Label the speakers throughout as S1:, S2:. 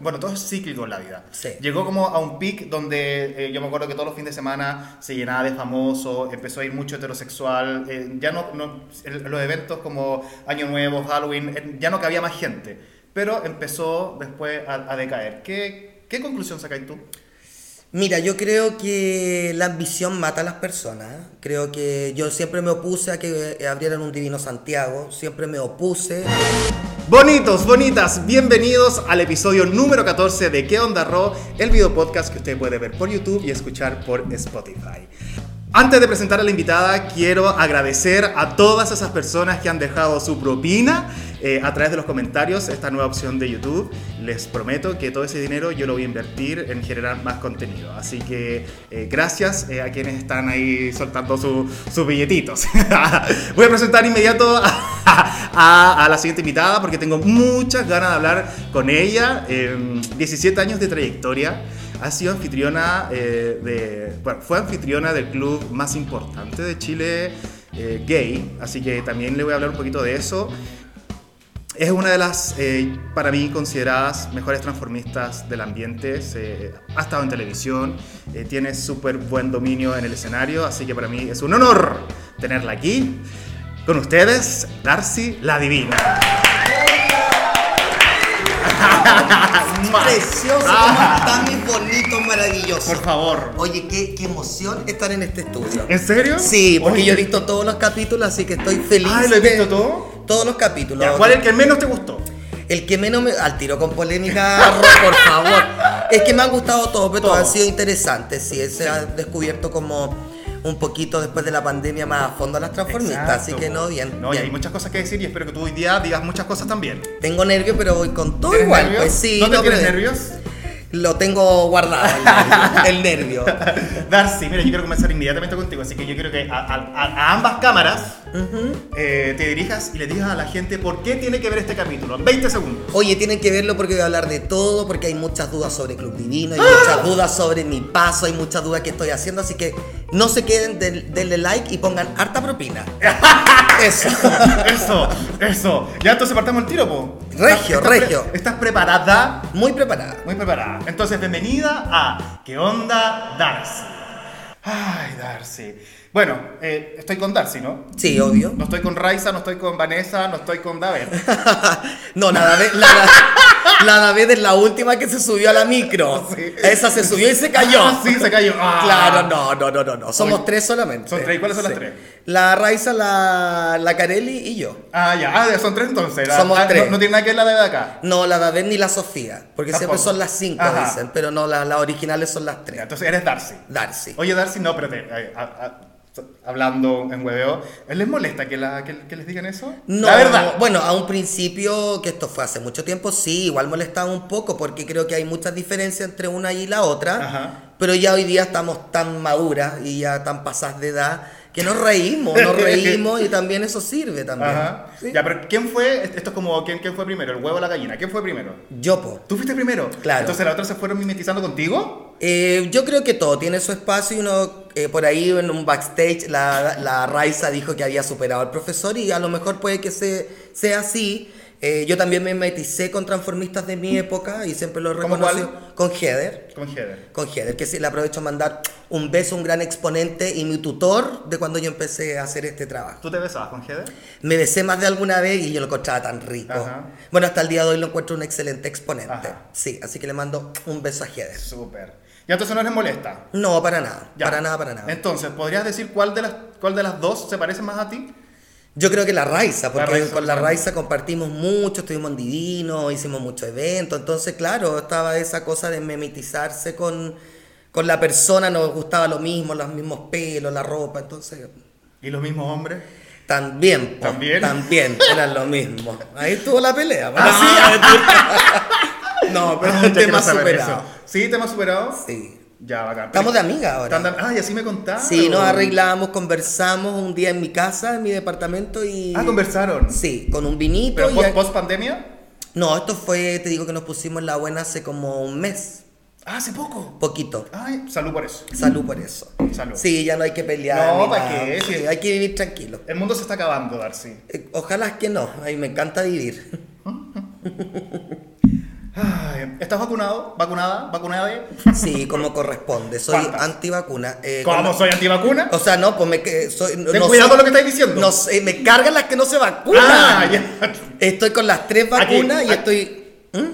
S1: bueno, todo es cíclico en la vida.
S2: Sí.
S1: Llegó como a un pic donde eh, yo me acuerdo que todos los fines de semana se llenaba de famosos, empezó a ir mucho heterosexual, eh, ya no, no- el- los eventos como Año Nuevo, Halloween, eh, ya no cabía más gente, pero empezó después a, a decaer. ¿Qué, qué conclusión sacáis tú?
S2: Mira, yo creo que la ambición mata a las personas. Creo que yo siempre me opuse a que eh, abrieran un Divino Santiago. Siempre me opuse.
S1: Bonitos, bonitas, bienvenidos al episodio número 14 de ¿Qué onda Ro? El video podcast que usted puede ver por YouTube y escuchar por Spotify. Antes de presentar a la invitada, quiero agradecer a todas esas personas que han dejado su propina eh, a través de los comentarios, esta nueva opción de YouTube. Les prometo que todo ese dinero yo lo voy a invertir en generar más contenido. Así que eh, gracias eh, a quienes están ahí soltando su- sus billetitos. voy a presentar inmediato a, a, a la siguiente invitada porque tengo muchas ganas de hablar con ella. Eh, 17 años de trayectoria. Ha sido anfitriona eh, de. Bueno, fue anfitriona del club más importante de Chile eh, gay. Así que también le voy a hablar un poquito de eso. Es una de las, eh, para mí, consideradas mejores transformistas del ambiente. Se- ha estado en televisión, eh, tiene súper buen dominio en el escenario, así que para mí es un honor tenerla aquí. Con ustedes, Darcy la Divina.
S2: Precioso,
S1: Ah.
S2: tan bonito, maravilloso.
S1: Por favor.
S2: Oye, qué, qué emoción estar en este estudio.
S1: ¿En serio?
S2: Sí, porque
S1: Oye.
S2: yo he visto todos los capítulos, así que estoy feliz.
S1: Ay, ¿lo he
S2: de-
S1: visto todo?
S2: Todos los capítulos.
S1: Ya, ¿Cuál es el que menos te gustó?
S2: El que menos me. Al tiro con polémica, Ro, por favor. Es que me han gustado todos, pero todos
S1: Todos.
S2: han sido interesantes. Sí, se ha descubierto como un poquito después de la pandemia más a fondo a las transformistas. así
S1: Exacto,
S2: que no,
S1: po.
S2: bien.
S1: No, y
S2: bien.
S1: hay muchas cosas que decir y espero que tú hoy día digas muchas cosas también.
S2: Tengo nervios, pero voy con todo
S1: ¿Tienes
S2: igual.
S1: nervios?
S2: Pues sí,
S1: ¿Dónde
S2: no,
S1: tienes
S2: pero-
S1: nervios?
S2: Lo tengo guardado, el nervio. el nervio.
S1: Darcy, mira, yo quiero comenzar inmediatamente contigo, así que yo quiero que a, a- a- a ambas cámaras eh, te dirijas y le digas a la gente por qué tiene que ver este capítulo. En 20 segundos.
S2: Oye, tienen que verlo porque voy a hablar de todo, porque hay muchas dudas sobre Club Divino, hay muchas dudas sobre mi paso, hay muchas dudas que estoy haciendo, así que no se queden, del- denle like y pongan harta propina. Eso.
S1: Eso, eso. Ya entonces partamos el tiro, po.
S2: Regio,
S1: pre-
S2: regio.
S1: ¿Estás preparada?
S2: Muy preparada.
S1: Muy preparada. Entonces, bienvenida a ¿Qué onda, Darcy? Ay, Darcy. Bueno, eh, estoy con Darcy, ¿no?
S2: Sí, obvio.
S1: No estoy con Raiza, no estoy con Vanessa, no estoy con David.
S2: No, la David, la, la David es la última que se subió a la micro.
S1: Sí.
S2: Esa se subió y se cayó.
S1: Ah, sí, se cayó. Ah.
S2: Claro, no, no, no, no, no. Somos
S1: Oye,
S2: tres solamente.
S1: son tres. ¿Y cuáles son las tres?
S2: La Raiza, la, la Carelli y yo.
S1: Ah, ya. Ah, ya, son tres entonces. La-
S2: Somos
S1: ah, no-
S2: tres.
S1: No, tiene nada que ver la de acá.
S2: No, la David ni la Sofía, porque siempre
S1: Tampoco.
S2: son las cinco,
S1: Ajá.
S2: dicen, pero no, la- las originales son las
S1: Ya,
S2: tres.
S1: entonces eres Darcy.
S2: Darcy.
S1: Oye, Darcy, no, espérate. eh, a- a- so- hablando en hueveo, ¿eh, ¿les molesta que, la, que, que les digan eso?
S2: No,
S1: La verdad.
S2: bueno, a un principio, que esto fue hace mucho tiempo, sí, igual molestaba un poco, porque creo que hay muchas diferencias entre una y la otra,
S1: Ajá.
S2: pero ya hoy día estamos tan maduras y ya tan pasadas de edad, que nos reímos, nos reímos y también eso sirve también.
S1: Ajá.
S2: Sí.
S1: Ya, pero ¿quién fue? Esto es como ¿quién, quién fue primero, el huevo o la gallina. ¿Quién fue primero?
S2: Yo, po.
S1: ¿Tú fuiste primero?
S2: Claro.
S1: Entonces las otras se fueron mimetizando contigo.
S2: Eh, yo creo que todo tiene su espacio y uno eh, por ahí en un backstage la, la Raiza dijo que había superado al profesor y a lo mejor puede que se, sea así. Eh, yo también me meticé con transformistas de mi época y siempre lo he
S1: ¿Cómo
S2: reconocido con Heather.
S1: Con Heather.
S2: Con Heather, que sí, le aprovecho a mandar un beso, un gran exponente y mi tutor de cuando yo empecé a hacer este trabajo.
S1: ¿Tú te besabas con Heather?
S2: Me besé más de alguna vez y yo lo encontraba tan rico.
S1: Ajá.
S2: Bueno, hasta el día de hoy lo encuentro un excelente exponente.
S1: Ajá.
S2: Sí, así que le mando un beso a Heather.
S1: Súper. Y entonces no les molesta.
S2: No, para nada.
S1: Ya.
S2: Para nada, para nada.
S1: Entonces, ¿podrías decir cuál de las, cuál de las dos se parece más a ti?
S2: Yo creo que la Raiza, porque
S1: Raiza,
S2: con la
S1: claro.
S2: Raiza compartimos mucho, estuvimos en Divino, hicimos muchos eventos, entonces claro, estaba esa cosa de memetizarse con, con la persona, nos gustaba lo mismo, los mismos pelos, la ropa, entonces
S1: ¿Y los mismos hombres?
S2: también, po,
S1: ¿También?
S2: también era lo mismo. Ahí estuvo la pelea. po. no, pero es
S1: Ah, Ya
S2: un tema
S1: quiero saber
S2: superado.
S1: eso. ¿Sí? ¿Tema superado?
S2: Sí.
S1: Ya, bacán.
S2: Estamos de amiga ahora.
S1: Tanda- Ah, y así me contaron.
S2: Sí, nos arreglamos, conversamos un día en mi casa, en mi departamento y...
S1: Ah, conversaron.
S2: Sí, con un vinito
S1: ¿Pero
S2: y
S1: post, pandemia?
S2: No, esto fue, te digo que nos pusimos la buena hace como un mes,
S1: Ah, hace poco.
S2: poquito.
S1: Ay, salud por eso.
S2: Salud por eso.
S1: Salud.
S2: Sí, ya no hay que pelear.
S1: No,
S2: ni
S1: ¿pa'
S2: nada.
S1: qué?
S2: Sí,
S1: Si-
S2: hay que vivir tranquilo.
S1: El mundo se está acabando, Darcy.
S2: Eh, Ojalá que no, a mí me encanta vivir.
S1: Ay, ¿Estás vacunado? ¿Vacunada? ¿Vacunada?
S2: Sí, como corresponde. Soy
S1: ¿Cuántas?
S2: antivacuna. eh,
S1: ¿Cómo
S2: como-
S1: soy antivacuna?
S2: O sea, no, pues me que- soy. no-
S1: Ten
S2: no
S1: cuidado
S2: sé-
S1: con lo que estáis diciendo.
S2: no sé, me cargan las que no se vacunan.
S1: Ah, ya.
S2: Estoy con las tres
S1: Aquí,
S2: vacunas y
S1: aquí.
S2: estoy. ¿Mm?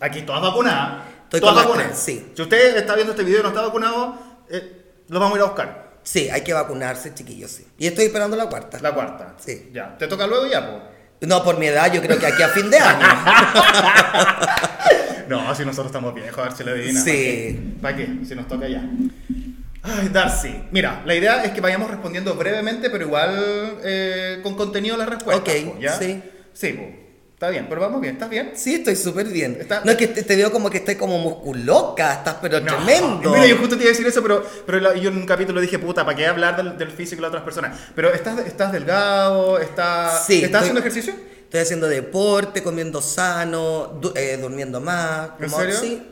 S1: Aquí todas vacunadas.
S2: Estoy
S1: todas
S2: con las
S1: vacunadas.
S2: tres, sí.
S1: Si usted está viendo este video y no está vacunado, eh, lo vamos a ir a buscar.
S2: Sí, hay que vacunarse, chiquillos, sí. Y estoy esperando la cuarta.
S1: La cuarta.
S2: Sí.
S1: Ya. ¿Te toca luego ya, po?
S2: No, por mi edad, yo creo que aquí a fin de año.
S1: No, si nosotros estamos viejos, a ver si le adivina.
S2: Sí.
S1: ¿Para qué? Si nos toca ya. Ay, Darcy. Mira, la idea es que vayamos respondiendo brevemente, pero igual eh, con contenido la respuesta.
S2: Ok,
S1: po, ¿ya?
S2: sí.
S1: Sí, po. Está bien, pero vamos bien. ¿Estás bien?
S2: Sí, estoy súper bien.
S1: Está-
S2: No, es que te, te veo como que estoy como musculoca, estás pero
S1: No.
S2: tremendo.
S1: Mira, yo justo te iba a decir eso, pero, pero la- yo en un capítulo dije, puta, ¿para qué hablar del, del físico de las otras personas? Pero estás, estás delgado, estás,
S2: Sí,
S1: ¿estás
S2: estoy-
S1: haciendo ejercicio?
S2: Estoy haciendo deporte, comiendo sano, du- eh, durmiendo más.
S1: ¿En
S2: como-
S1: serio?
S2: Sí,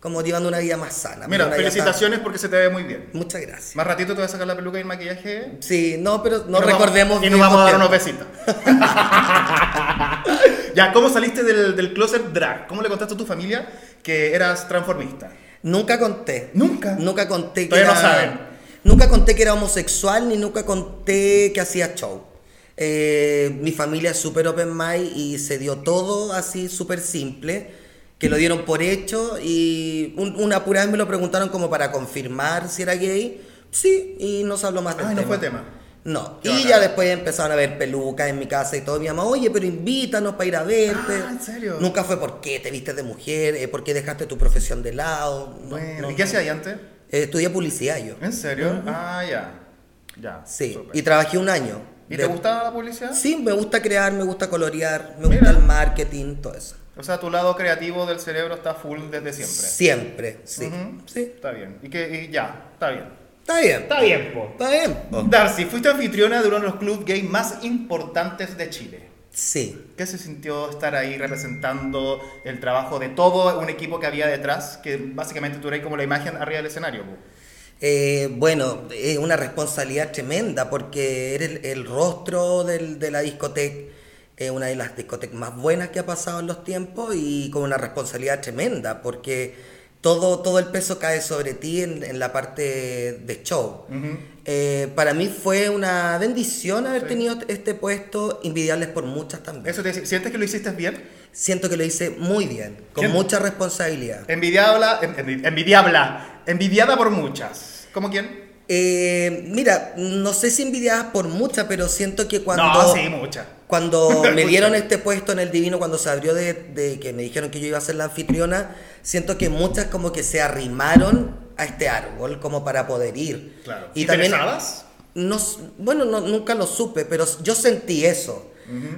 S2: como llevando una vida más sana.
S1: Mira,
S2: una vida
S1: felicitaciones porque se te ve muy bien.
S2: sana. Muchas gracias.
S1: Más ratito te vas a sacar la peluca y el maquillaje.
S2: Sí, no, pero no
S1: Y nos
S2: recordemos.
S1: vamos- Y nos
S2: viejos
S1: vamos a dar unos
S2: tiempos.
S1: besitos. ya, ¿cómo saliste del, del closet drag? ¿Cómo le contaste a tu familia que eras transformista?
S2: Nunca conté.
S1: Nunca.
S2: Nunca conté que
S1: Todavía
S2: era,
S1: no saben.
S2: Nunca conté que era homosexual ni nunca conté que hacía show. Eh, mi familia es súper open mind y se dio todo así súper simple, que lo dieron por hecho y un- una pura vez me lo preguntaron como para confirmar si era gay. Sí, y no se habló más del
S1: Ay, Ah, no fue tema.
S2: No,
S1: Qué
S2: y
S1: bacán.
S2: ya después empezaron a ver pelucas en mi casa y todo. Mi mamá, oye, pero invítanos para ir a verte.
S1: Ah, ¿en serio?
S2: Nunca fue por qué te vistes de mujer, eh, por qué dejaste tu profesión de lado. No,
S1: Bueno,
S2: no,
S1: ¿y qué
S2: no.
S1: hacías ahí antes?
S2: Eh, estudié publicidad yo.
S1: ¿En serio? Ah, ya. Ya.
S2: Sí,
S1: Mm. súper.
S2: y trabajé un año.
S1: ¿Y
S2: De-
S1: te gustaba la publicidad?
S2: Sí, me gusta crear, me gusta colorear, me
S1: Mira.
S2: gusta el marketing, todo eso.
S1: O sea, tu lado creativo del cerebro está full desde siempre.
S2: Siempre, sí.
S1: Ujú.
S2: Sí,
S1: Está bien. Y que y ya, está bien.
S2: está bien,
S1: Está bien, po.
S2: está bien. po.
S1: Darcy, fuiste anfitriona de uno de los clubs gay más importantes de Chile.
S2: Sí,
S1: ¿Qué se sintió estar ahí representando el trabajo de todo un equipo que había detrás? Que básicamente tú eras como la imagen arriba del escenario. po.
S2: Eh, bueno, es una responsabilidad tremenda porque eres el, el rostro del- de la discoteca, eh, una de las discotecas más buenas que ha pasado en los tiempos y con una responsabilidad tremenda porque todo, todo el peso cae sobre ti en, en la parte de show.
S1: Ujú.
S2: Eh, para mí fue una bendición haber
S1: Sí.
S2: tenido este puesto, envidiarles por muchas también.
S1: Eso te decía, ¿sientes que lo hiciste bien?
S2: Siento que lo hice muy bien, con
S1: ¿Quién?
S2: mucha responsabilidad.
S1: Envidiabla, en- en- envidiabla, envidiada por muchas. ¿Cómo quién?
S2: Eh, mira, no sé si envidiadas por muchas, pero siento que cuando...
S1: No, sí, muchas.
S2: Cuando me
S1: Escucha.
S2: dieron este puesto en el Divino, cuando se abrió de, de que me dijeron que yo iba a ser la anfitriona, siento que muchas como que se arrimaron a este árbol como para poder ir.
S1: Claro.
S2: Y también,
S1: ¿Interesadas?
S2: no s- bueno, no- nunca lo supe, pero s- yo sentí eso.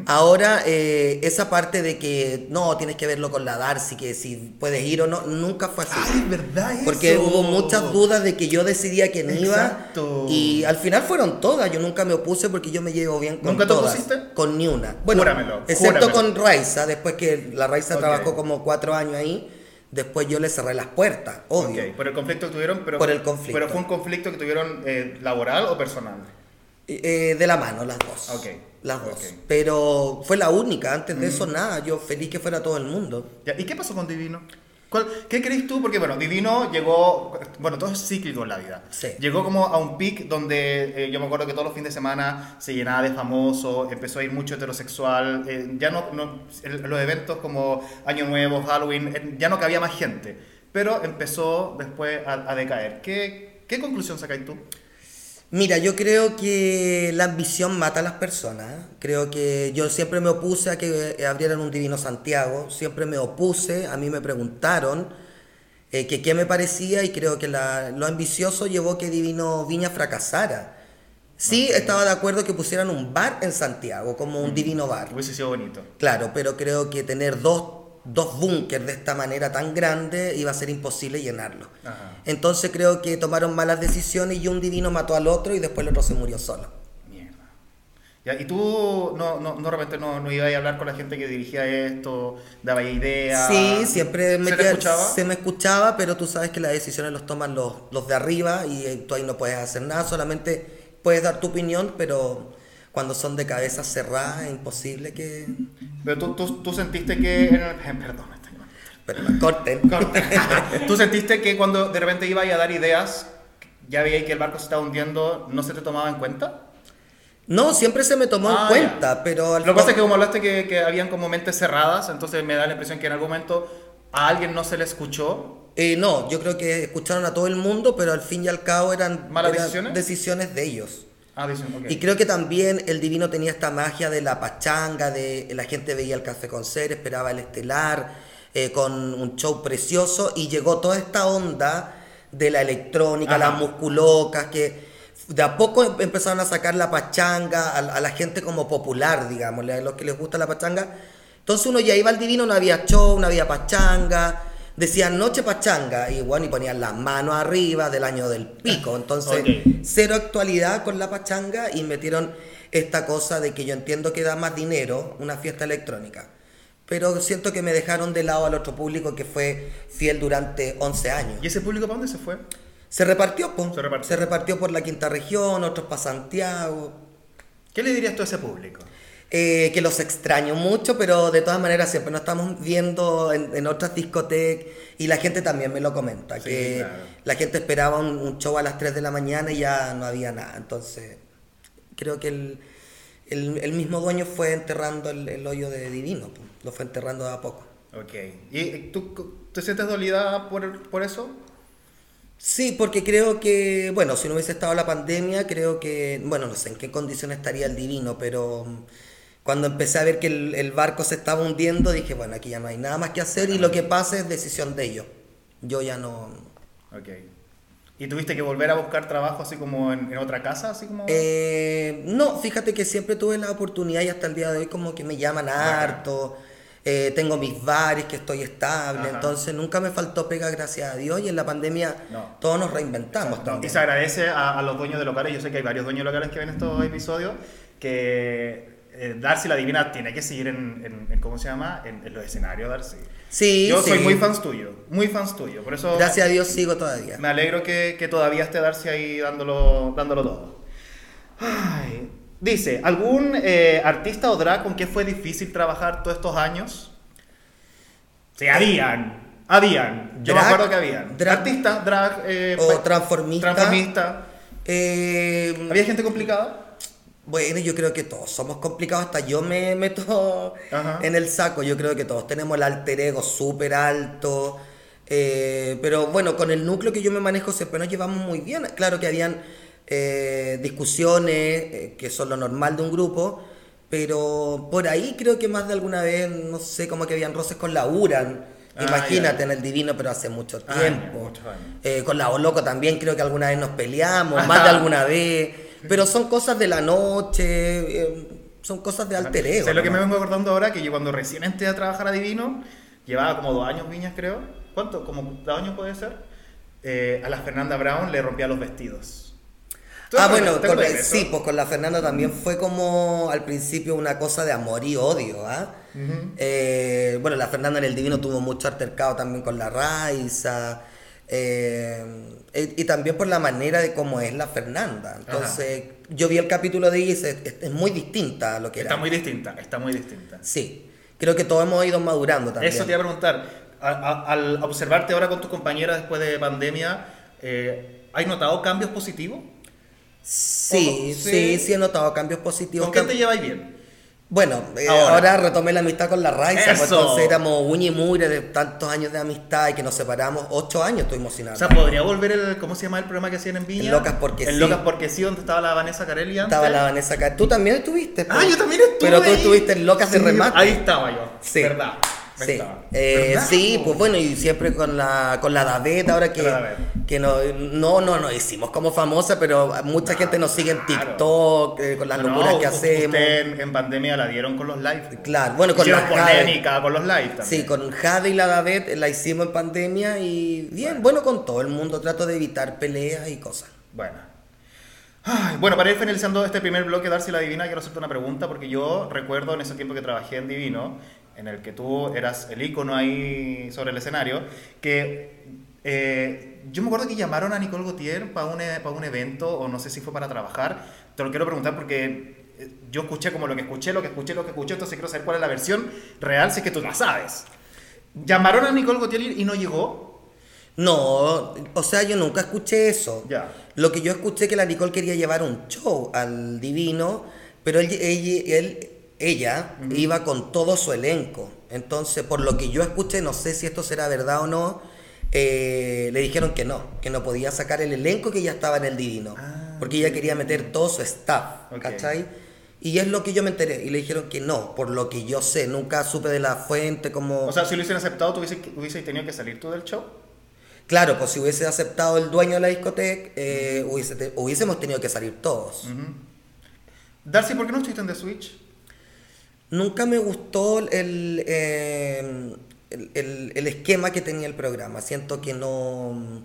S2: Ahora, eh, esa parte de que no, tienes que verlo con la Darcy, que si puedes ir o no, nunca fue así.
S1: Ay, verdad eso.
S2: Porque hubo muchas dudas de que yo decidía quién
S1: Exacto.
S2: iba. Y al final fueron todas. Yo nunca me opuse porque yo me llevo bien con
S1: ¿Nunca te
S2: todas.
S1: opusiste?
S2: Con ni una. Bueno,
S1: Júramelo,
S2: excepto
S1: júramelo.
S2: con Raiza, después que la Raiza
S1: Ok.
S2: trabajó como cuatro años ahí. Después yo le cerré las puertas, obvio.
S1: Ok, Mm. por el conflicto que tuvieron, pero,
S2: Por el conflicto.
S1: pero fue un conflicto que tuvieron eh, laboral o personal.
S2: Eh, de la mano, las dos.
S1: Ok.
S2: Las dos.
S1: Ok.
S2: Pero fue la única. Antes de eso, nada. Yo feliz que fuera todo el mundo.
S1: Ya, ¿Y qué pasó con Divino? ¿Cuál- ¿Qué crees tú? Porque bueno, Divino llegó, bueno, todo es cíclico en la vida.
S2: Sí.
S1: Llegó como a un pic donde eh, yo me acuerdo que todos los fines de semana se llenaba de famosos, empezó a ir mucho heterosexual, eh, ya no, no- el- los eventos como Año Nuevo, Halloween, eh, ya no cabía más gente, pero empezó después a, a decaer. ¿Qué, ¿Qué conclusión sacáis tú?
S2: Mira, yo creo que la ambición mata a las personas. Creo que yo siempre me opuse a que eh, abrieran un Divino Santiago, siempre me opuse, a mí me preguntaron eh, que qué me parecía y creo que la- lo ambicioso llevó que Divino Viña fracasara. Sí, estaba de acuerdo que pusieran un bar en Santiago, como un Divino Bar.
S1: Hubiese sido bonito.
S2: Claro, pero creo que tener dos, dos búnkers de esta manera tan grande iba a ser imposible llenarlo.
S1: Ajá.
S2: Entonces creo que tomaron malas decisiones y un divino mató al otro y después el otro se murió solo.
S1: Mierda. Ya, ¿Y tú no, no, no, realmente no, no ibas a hablar con la gente que dirigía esto, daba ideas?
S2: Sí, siempre me
S1: ¿Se te escuchaba?
S2: se me escuchaba, pero tú sabes que las decisiones las toman los, los de arriba y eh, tú ahí no puedes hacer nada, solamente puedes dar tu opinión, pero cuando son de cabeza cerrada es imposible que...
S1: Pero tú, tú, tú sentiste que... en el- perdón, me estoy-
S2: Pero la corten.
S1: ¿Tú sentiste que cuando de repente iba a dar ideas, ya veía que el barco se estaba hundiendo, no se te tomaba en cuenta?
S2: No, siempre se me tomó
S1: Ah,
S2: en cuenta,
S1: ya.
S2: pero al
S1: Lo que pasa
S2: fin-
S1: es que como hablaste que, que habían como mentes cerradas, entonces me da la impresión que en algún momento a alguien no se le escuchó.
S2: Eh, no, yo creo que escucharon a todo el mundo, pero al fin y al cabo eran,
S1: ¿Malas
S2: eran
S1: decisiones?
S2: decisiones de ellos.
S1: Ah, dicen, ok.
S2: Y creo que también el divino tenía esta magia de la pachanga, de la gente veía el café con ser, esperaba el estelar, eh, con un show precioso, y llegó toda esta onda de la electrónica,
S1: Ajá.
S2: las musculocas, que de a poco em- empezaron a sacar la pachanga a, a la gente como popular, digamos, a los que les gusta la pachanga. Entonces uno ya iba al divino, no había show, no había pachanga. Decían noche pachanga y bueno, y ponían las manos arriba del año del pico. Entonces,
S1: Ok.
S2: cero actualidad con la pachanga y metieron esta cosa de que yo entiendo que da más dinero una fiesta electrónica. Pero siento que me dejaron de lado al otro público que fue fiel durante 11
S1: ¿Y
S2: años.
S1: ese público para dónde se fue?
S2: Se repartió, po.
S1: Se repartió.
S2: repartió por la quinta región, otros para Santiago.
S1: ¿Qué le dirías tú a ese público?
S2: Eh, que los extraño mucho, pero de todas maneras siempre nos estamos viendo en, en otras discotecas y la gente también me lo comenta,
S1: Sí,
S2: que
S1: claro.
S2: la gente esperaba un, un show a las 3 de la mañana y ya no había nada. Entonces, creo que el, el- el mismo dueño fue enterrando el, el hoyo de Divino, pues, lo fue enterrando de a poco.
S1: Ok. ¿Y tú cu- te sientes dolida por, por eso?
S2: Sí, porque creo que, bueno, si no hubiese estado la pandemia, creo que, bueno, no sé en qué condición estaría el divino, pero mm, cuando empecé a ver que el, el barco se estaba hundiendo, dije, bueno, aquí ya no hay nada más que hacer y lo que pase es decisión de ellos. Yo ya no...
S1: Ok. ¿Y tuviste que volver a buscar trabajo así como en, en otra casa? Así como...
S2: Eh, no, fíjate que siempre tuve la oportunidad y hasta el día de hoy como que me llaman harto, eh, tengo mis bares que estoy estable,
S1: Ajá.
S2: entonces nunca me faltó pega, gracias a Dios, y en la pandemia
S1: No.
S2: todos nos reinventamos
S1: No, y
S2: también.
S1: se agradece a, a los dueños de locales. Yo sé que hay varios dueños de locales que ven estos episodios. Que eh, Darcy la Divina tiene que seguir en, en- en- ¿cómo se llama? En, en los escenarios, Darcy.
S2: Sí,
S1: Yo soy
S2: sí.
S1: muy fans tuyo, muy fans tuyo. Por eso
S2: Gracias a Dios sigo todavía.
S1: me alegro que, que todavía esté Darcy ahí dándolo, dándolo todo. Ay. Dice, ¿algún eh, artista o drag con quien fue difícil trabajar todos estos años? Sí, habían. Habían. Yo
S2: Drag,
S1: me acuerdo que habían.
S2: drag-
S1: Artistas, drag... eh,
S2: O
S1: pa-
S2: transformista.
S1: transformista.
S2: Eh,
S1: ¿Había gente complicada?
S2: bueno, yo creo que todos somos complicados, hasta yo me meto
S1: Ajá.
S2: en el saco, yo creo que todos tenemos el alter ego súper alto, eh, pero bueno, con el núcleo que yo me manejo siempre nos llevamos muy bien, claro que habían eh, discusiones, eh, que son lo normal de un grupo, pero por ahí creo que más de alguna vez, no sé, como que habían roces con la URAN,
S1: Ah,
S2: imagínate,
S1: ya.
S2: en el Divino, pero hace mucho
S1: Ah, ya,
S2: tiempo.
S1: muchos años.
S2: Eh, con la Oloco también creo que alguna vez nos peleamos,
S1: Ajá.
S2: más de alguna vez, pero son cosas de la noche, eh, son cosas de alter ego.
S1: ¿Sabes lo que me
S2: nomás.
S1: vengo acordando ahora? Que yo cuando recién entré a trabajar a Divino, llevaba como dos años viñas, creo. ¿Cuánto? ¿Como dos años puede ser? Eh, a la Fernanda Brown le rompía los vestidos. ¿Tú te
S2: Ah,
S1: acuerdas-
S2: bueno,
S1: te
S2: con la-
S1: acuerdas de eso?
S2: sí, pues con la Fernanda también fue como al principio una cosa de amor y odio, ¿ah?
S1: Ujú.
S2: Eh, bueno, la Fernanda en el Divino tuvo mucho altercado también con la Raiza. eh, y, y también por la manera de cómo es la Fernanda. Entonces, yo vi el capítulo de ella y se- es, es muy distinta a lo que
S1: Está
S2: era.
S1: muy distinta, está muy distinta.
S2: Sí, creo que todos hemos ido madurando también.
S1: Eso te iba a preguntar. A- a- al observarte ahora con tus compañeras después de pandemia, eh, ¿has notado cambios positivos?
S2: Sí,
S1: Ojo, sí.
S2: sí, sí he notado cambios positivos.
S1: ¿Con quién
S2: Cam-
S1: te lleváis bien?
S2: Bueno, eh,
S1: Ahora.
S2: ahora. retomé la amistad con la Raiza, pues,
S1: ¡Eso!
S2: entonces éramos uña y mugre de tantos años de amistad y que nos separamos, ocho años estuvimos sin
S1: O
S2: hablar.
S1: sea, podría volver el. ¿Cómo se llama el programa que hacían en Viña?
S2: En Locas porque
S1: En
S2: sí.
S1: Locas porque sí, donde estaba la Vanessa Carelli antes.
S2: Estaba la Vanessa acá. Tú también estuviste.
S1: Ah,
S2: pues.
S1: yo también estuve.
S2: Pero tú
S1: ahí.
S2: estuviste en Locas de
S1: Sí,
S2: Remate.
S1: Ahí estaba yo.
S2: Sí.
S1: ¿Verdad? Ahí
S2: Sí,
S1: estaba.
S2: Eh,
S1: ¿Verdad?
S2: sí, pues bueno, y siempre con la, con la Davet, ahora que,
S1: Con la Davet.
S2: que no, no, no, no hicimos como famosa, pero mucha gente nos sigue en
S1: claro.
S2: TikTok, eh, con las
S1: No,
S2: locuras que
S1: u-
S2: hacemos.
S1: Usted en, en pandemia la dieron con los live.
S2: Claro, bueno, con
S1: Hicieron
S2: la Jade.
S1: polémica con los live también.
S2: Sí, con Jade y la Davet eh, la hicimos en pandemia y bien, bueno, con todo el mundo trato de evitar peleas y cosas.
S1: Bueno. Ay, bueno, para ir finalizando este primer bloque, Darcy la Divina, quiero hacerte una pregunta, porque yo recuerdo en ese tiempo que trabajé en Divino, en el que tú eras el ícono ahí sobre el escenario, que eh, yo me acuerdo que llamaron a Nicole Gautier para un, e- pa' un evento, o no sé si fue para trabajar. Te lo quiero preguntar porque eh, yo escuché como lo que escuché, lo que escuché, lo que escuché, entonces quiero saber cuál es la versión real, si es que tú la sabes. Llamaron a Nicole Gautier y no llegó.
S2: No, o sea, yo nunca escuché eso.
S1: Ya.
S2: Lo que yo escuché que la Nicole quería llevar un show al Divino, pero él, él- él- ella iba con todo su elenco. Entonces, por lo que yo escuché, no sé si esto será verdad o no, eh, le dijeron que no, que no podía sacar el elenco que ya estaba en el Divino,
S1: Ah,
S2: porque ella quería meter todo su staff,
S1: Ok.
S2: ¿cachai? Y es lo que yo me enteré, y le dijeron que no, por lo que yo sé, nunca supe de la fuente, como...
S1: O sea, si lo hubiesen aceptado, tú hubiese, hubiese tenido que salir tú del show.
S2: Claro, pues si hubiese aceptado el dueño de la discoteca, eh, hubiese te- hubiésemos tenido que salir todos.
S1: Darcy, ¿por qué no estuviste en The Switch?
S2: Nunca me gustó el, eh, el, el- el esquema que tenía el programa. Siento que no...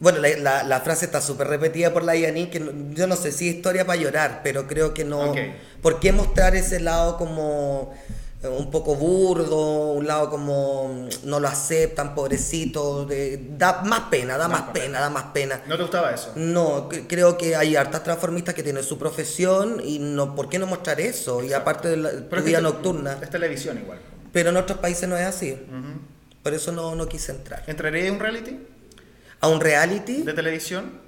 S2: Bueno, la, la- la frase está súper repetida por la Yanni, que no- yo no sé si es historia para llorar, pero creo que no...
S1: Ok.
S2: ¿Por qué mostrar ese lado como eh, un poco burdo, un lado como mm, no lo aceptan, pobrecito? de- da más pena, da
S1: Más
S2: más
S1: pena.
S2: pena, da más pena.
S1: ¿No te gustaba eso?
S2: No, cre- creo que hay hartas transformistas que tienen su profesión y no, ¿por qué no mostrar eso? Y aparte de la tu
S1: Pero es que
S2: vida
S1: es-
S2: nocturna.
S1: Es televisión igual.
S2: Pero en otros países no es así.
S1: Ujú.
S2: Por eso no, no quise entrar.
S1: ¿Entraría en un reality
S2: ¿A un reality?
S1: de televisión?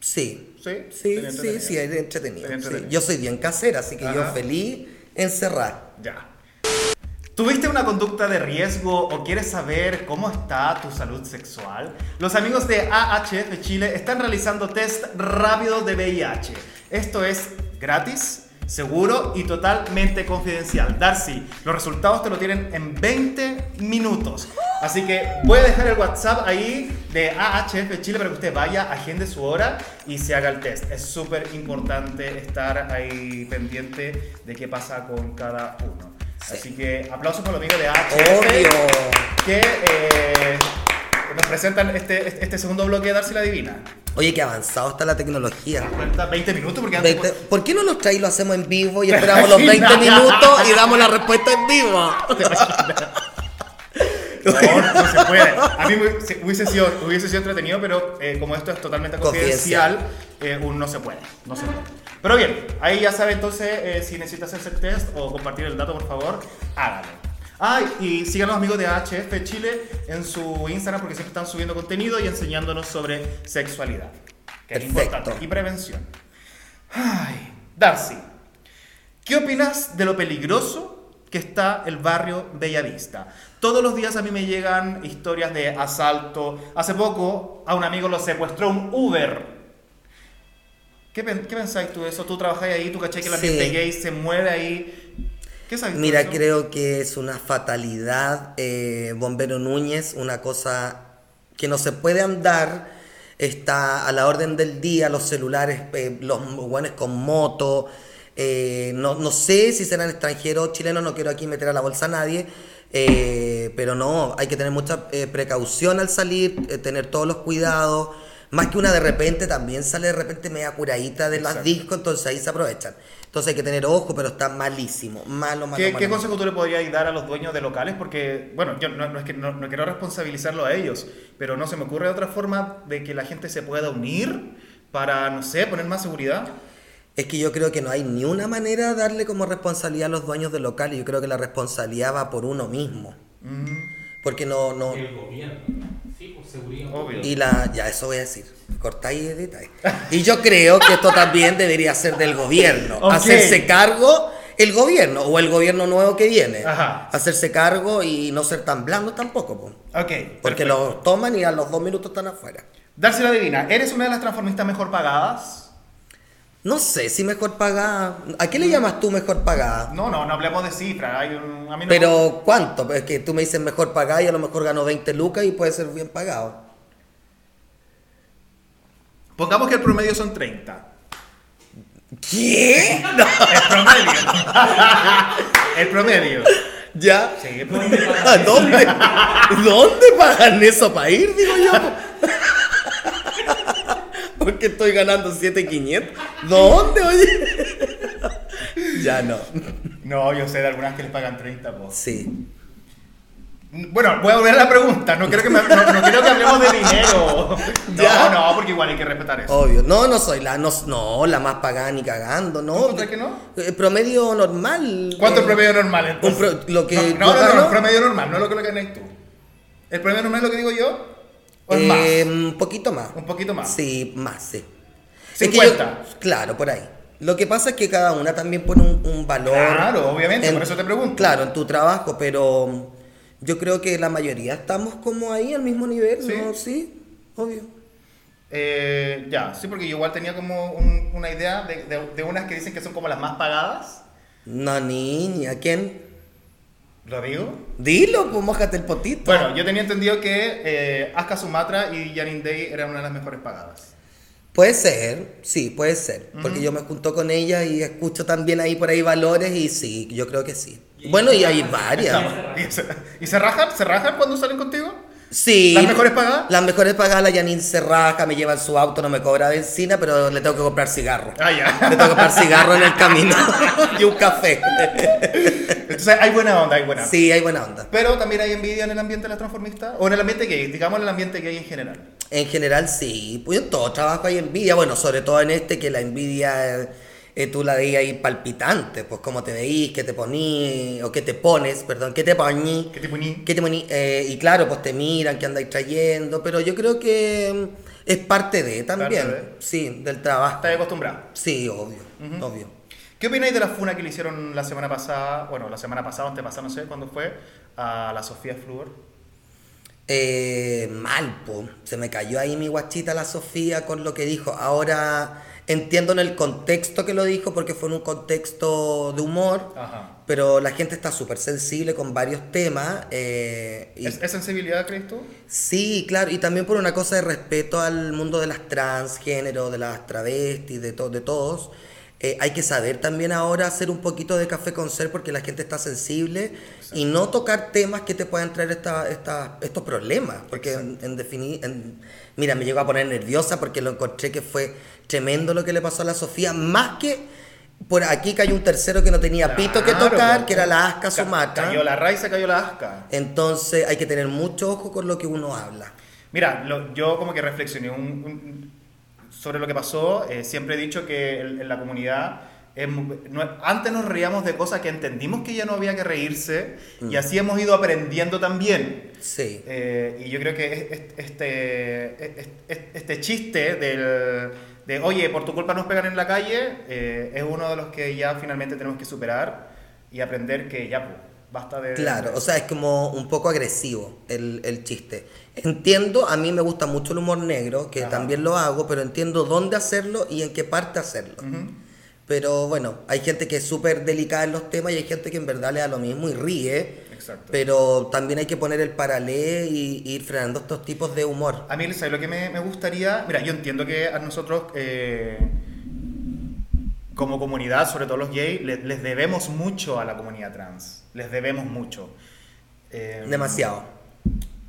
S2: Sí.
S1: Sí.
S2: Sí,
S1: Sería
S2: sí, sí,
S1: entretenido.
S2: es entretenido.
S1: Sería
S2: sí.
S1: entretenido.
S2: Yo soy bien casera, así que
S1: Ajá.
S2: yo feliz encerrar.
S1: Ya. ¿Tuviste una conducta de riesgo o quieres saber cómo está tu salud sexual? Los amigos de AHF de Chile están realizando test rápidos de VIH. Esto es gratis, seguro y totalmente confidencial. Darcy, los resultados te lo tienen en 20 minutos. Así que voy a dejar el WhatsApp ahí de AHF de Chile para que usted vaya, agende su hora y se haga el test. Es súper importante estar ahí pendiente de qué pasa con cada uno.
S2: Sí.
S1: Así que aplausos para los amigos de AHF
S2: Obvio.
S1: que eh, nos presentan este, este- este segundo bloque de Darcy la Divina.
S2: Oye, qué avanzado está la tecnología.
S1: Cuenta 20 minutos porque antes.
S2: 20 ¿Por qué no los traes y lo hacemos en vivo y esperamos los 20
S1: imaginas?
S2: minutos y damos la respuesta en vivo?
S1: No, no se puede. A mí me- se- hubiese sido, hubiese sido entretenido, pero eh, como esto es totalmente confidencial,
S2: Confidencial.
S1: eh, un no se puede. No se puede. Pero bien, ahí ya sabe entonces eh, si necesitas hacer test o compartir el dato, por favor, hágalo. Ah, y sigan los amigos de AHF Chile en su Instagram porque siempre están subiendo contenido y enseñándonos sobre sexualidad. Que es
S2: Perfecto.
S1: importante. Y prevención. Ay, Darcy, ¿qué opinas de lo peligroso que está el barrio Bellavista? Todos los días a mí me llegan historias de asalto. Hace poco a un amigo lo secuestró un Uber. ¿Qué, pen- qué pensáis tú de eso? ¿Tú trabajáis ahí? ¿Tú cachai que la
S2: Sí.
S1: gente gay se mueve ahí? ¿Qué sabes tú de
S2: Mira,
S1: eso?
S2: creo que es una fatalidad, eh, Bombero Núñez, una cosa que no se puede andar, está a la orden del día, los celulares, eh, los buenos con moto, eh, no, no sé si serán extranjeros o chilenos, no quiero aquí meter a la bolsa a nadie, eh, pero no, hay que tener mucha eh, precaución al salir, eh, tener todos los cuidados, más que una de repente, también sale de repente media curadita de las
S1: Exacto.
S2: discos, entonces ahí se aprovechan. Entonces hay que tener ojo, pero está malísimo, malo, malo,
S1: ¿Qué,
S2: malo,
S1: qué
S2: malo.
S1: consejo tú le podrías dar a los dueños de locales? Porque, bueno, yo no, no es que no, no quiero responsabilizarlo a ellos, pero no se me ocurre otra forma de que la gente se pueda unir para, no sé, poner más seguridad.
S2: Es que yo creo que no hay ni una manera de darle como responsabilidad a los dueños del local y yo creo que la responsabilidad va por uno mismo.
S1: Mm.
S2: Porque no, no...
S3: El gobierno. Sí, por seguridad.
S1: Obvio.
S2: Y la... Ya, eso voy a decir. Cortáis y editáis. Y yo creo que esto también debería ser del gobierno.
S1: Ok.
S2: Hacerse cargo el gobierno o el gobierno nuevo que viene.
S1: Ajá.
S2: Hacerse cargo y no ser tan blando tampoco. po.
S1: Ok.
S2: Porque
S1: perfecto.
S2: lo toman y a los dos minutos están afuera.
S1: Darcy la Divina, ¿eres una de las transformistas mejor pagadas?
S2: No sé si mejor pagada. ¿A qué le llamas tú mejor pagada?
S1: No, no, no hablemos de cifras. Hay un, a mí no-
S2: Pero ¿cuánto? Pues Es que tú me dices mejor pagada y a lo mejor gano 20 lucas y puede ser bien pagado.
S1: Pongamos que el promedio son 30.
S2: ¿Qué? No.
S1: El promedio. el promedio.
S2: ¿Ya?
S1: Sí, el promedio.
S3: ¿Dónde
S2: ¿A
S3: pagan?
S2: dónde? ¿Dónde pagan eso para ir? Digo yo. Porque estoy ganando 7.500. ¿Dónde, oye? Ya no.
S1: No, yo sé de algunas que les pagan 30, po.
S2: Sí.
S1: Bueno, voy a volver a la pregunta. No quiero que, me- no, no quiero que hablemos de dinero. No,
S2: Ya.
S1: no, porque igual hay que respetar eso.
S2: Obvio. No, no soy la, no, no, la más pagada ni cagando,
S1: ¿Tú
S2: no.
S1: encontrás que no?
S2: Eh, promedio normal.
S1: ¿Cuánto
S2: eh,
S1: es promedio normal entonces?
S2: un pro- lo que
S1: no,
S2: yo
S1: no, no, no,
S2: gano.
S1: promedio normal, no lo que lo ganáis tú. ¿El premio Nobel es lo que digo yo? ¿O es
S2: Eh,
S1: más?
S2: Un poquito más.
S1: Un poquito más.
S2: Sí, más, sí.
S1: 50.
S2: yo- claro, por ahí. Lo que pasa es que cada una también pone un, un valor.
S1: Claro, obviamente, por eso te pregunto.
S2: Claro, en tu trabajo, pero um, yo creo que la mayoría estamos como ahí al mismo nivel,
S1: Sí.
S2: ¿no? Sí, obvio.
S1: Eh, ya, sí, porque yo igual tenía como un- una idea de, de- de unas que dicen que son como las más pagadas.
S2: No, niña, ¿quién?
S1: ¿Lo digo?
S2: Dilo, pues mójate el potito.
S1: Bueno, yo tenía entendido que eh, Aska Sumatra y Janine Day eran una de las mejores pagadas.
S2: Puede ser, sí, puede ser. Porque yo me junto con ella y escucho también ahí por ahí valores y sí, yo creo que sí. Bueno, y hay varias.
S1: ¿Y se, y se rajan? ¿Se rajan cuando salen contigo?
S2: Sí.
S1: ¿Las mejores pagadas?
S2: Las mejores pagadas, la Janine se raja, me lleva en su auto, no me cobra benzina, pero le tengo que comprar cigarro.
S1: Ah,
S2: Le
S1: ya.
S2: tengo que comprar cigarro en el camino y un café.
S1: Entonces hay buena onda, hay buena onda.
S2: Sí, hay buena onda.
S1: Pero también hay envidia en el ambiente de las transformistas, o en el ambiente gay, digamos en el ambiente gay en general.
S2: En general, sí. Pues en todo trabajo hay envidia. Bueno, sobre todo en este, que la envidia eh, eh, tú la veías ahí palpitante. Pues cómo te veís, qué te ponís, o qué te pones, perdón, qué te ponís.
S1: ¿Qué tipo ni?
S2: ¿Qué te moni- eh, y claro, pues te miran, que andáis trayendo, pero yo creo que mm, es parte de también,
S1: Parte de.
S2: sí, del trabajo.
S1: Estás acostumbrado.
S2: Sí, obvio, obvio.
S1: ¿Qué opináis de la funa que le hicieron la semana pasada, bueno, la semana pasada, antepasada, no sé cuándo fue, a la Sofía Fluor?
S2: Eh, mal, po. Se me cayó ahí mi guachita la Sofía con lo que dijo. Ahora entiendo en el contexto que lo dijo, porque fue en un contexto de humor,
S1: Ajá.
S2: pero la gente está súper sensible con varios temas. eh, y-
S1: ¿Es, es sensibilidad, crees tú?
S2: Sí, claro, y también por una cosa de respeto al mundo de las transgénero, de las travestis, de, to- de todos. Eh, hay que saber también ahora hacer un poquito de café con ser porque la gente está sensible y no tocar temas que te puedan traer esta, esta- estos problemas. Porque en, definitiva, mira, me llegó a poner nerviosa porque lo encontré que fue tremendo lo que le pasó a la Sofía, más que por aquí cayó un tercero que no tenía pito que
S1: Claro,
S2: tocar,
S1: po.
S2: que era la Asca
S1: Ca-
S2: Sumatra.
S1: Cayó la raíz, cayó la asca.
S2: Entonces hay que tener mucho ojo con lo que uno habla.
S1: Mira, lo- yo como que reflexioné un- un- sobre lo que pasó. eh, siempre he dicho que en, en la comunidad, es mu- no- antes nos reíamos de cosas que entendimos que ya no había que reírse
S2: Mm.
S1: y así hemos ido aprendiendo también.
S2: Sí.
S1: Eh, y yo creo que es- es- este, es- es- este chiste del, de, oye, por tu culpa nos pegan en la calle, eh, es uno de los que ya finalmente tenemos que superar y aprender que ya, pues, basta de...
S2: Claro, o sea, es como un poco agresivo el, el chiste. Entiendo, a mí me gusta mucho el humor negro, que
S1: Ajá.
S2: también lo hago, pero entiendo dónde hacerlo y en qué parte hacerlo.
S1: Ujú.
S2: Pero bueno, hay gente que es súper delicada en los temas y hay gente que en verdad le da lo mismo y ríe,
S1: Exacto.
S2: pero también hay que poner el paralé y, y ir frenando estos tipos de humor.
S1: A mí, ¿sabes lo que me, me gustaría? Mira, yo entiendo que a nosotros, eh, como comunidad, sobre todo los gays, le- les, debemos mucho a la comunidad trans. Les debemos mucho. Eh,
S2: Demasiado.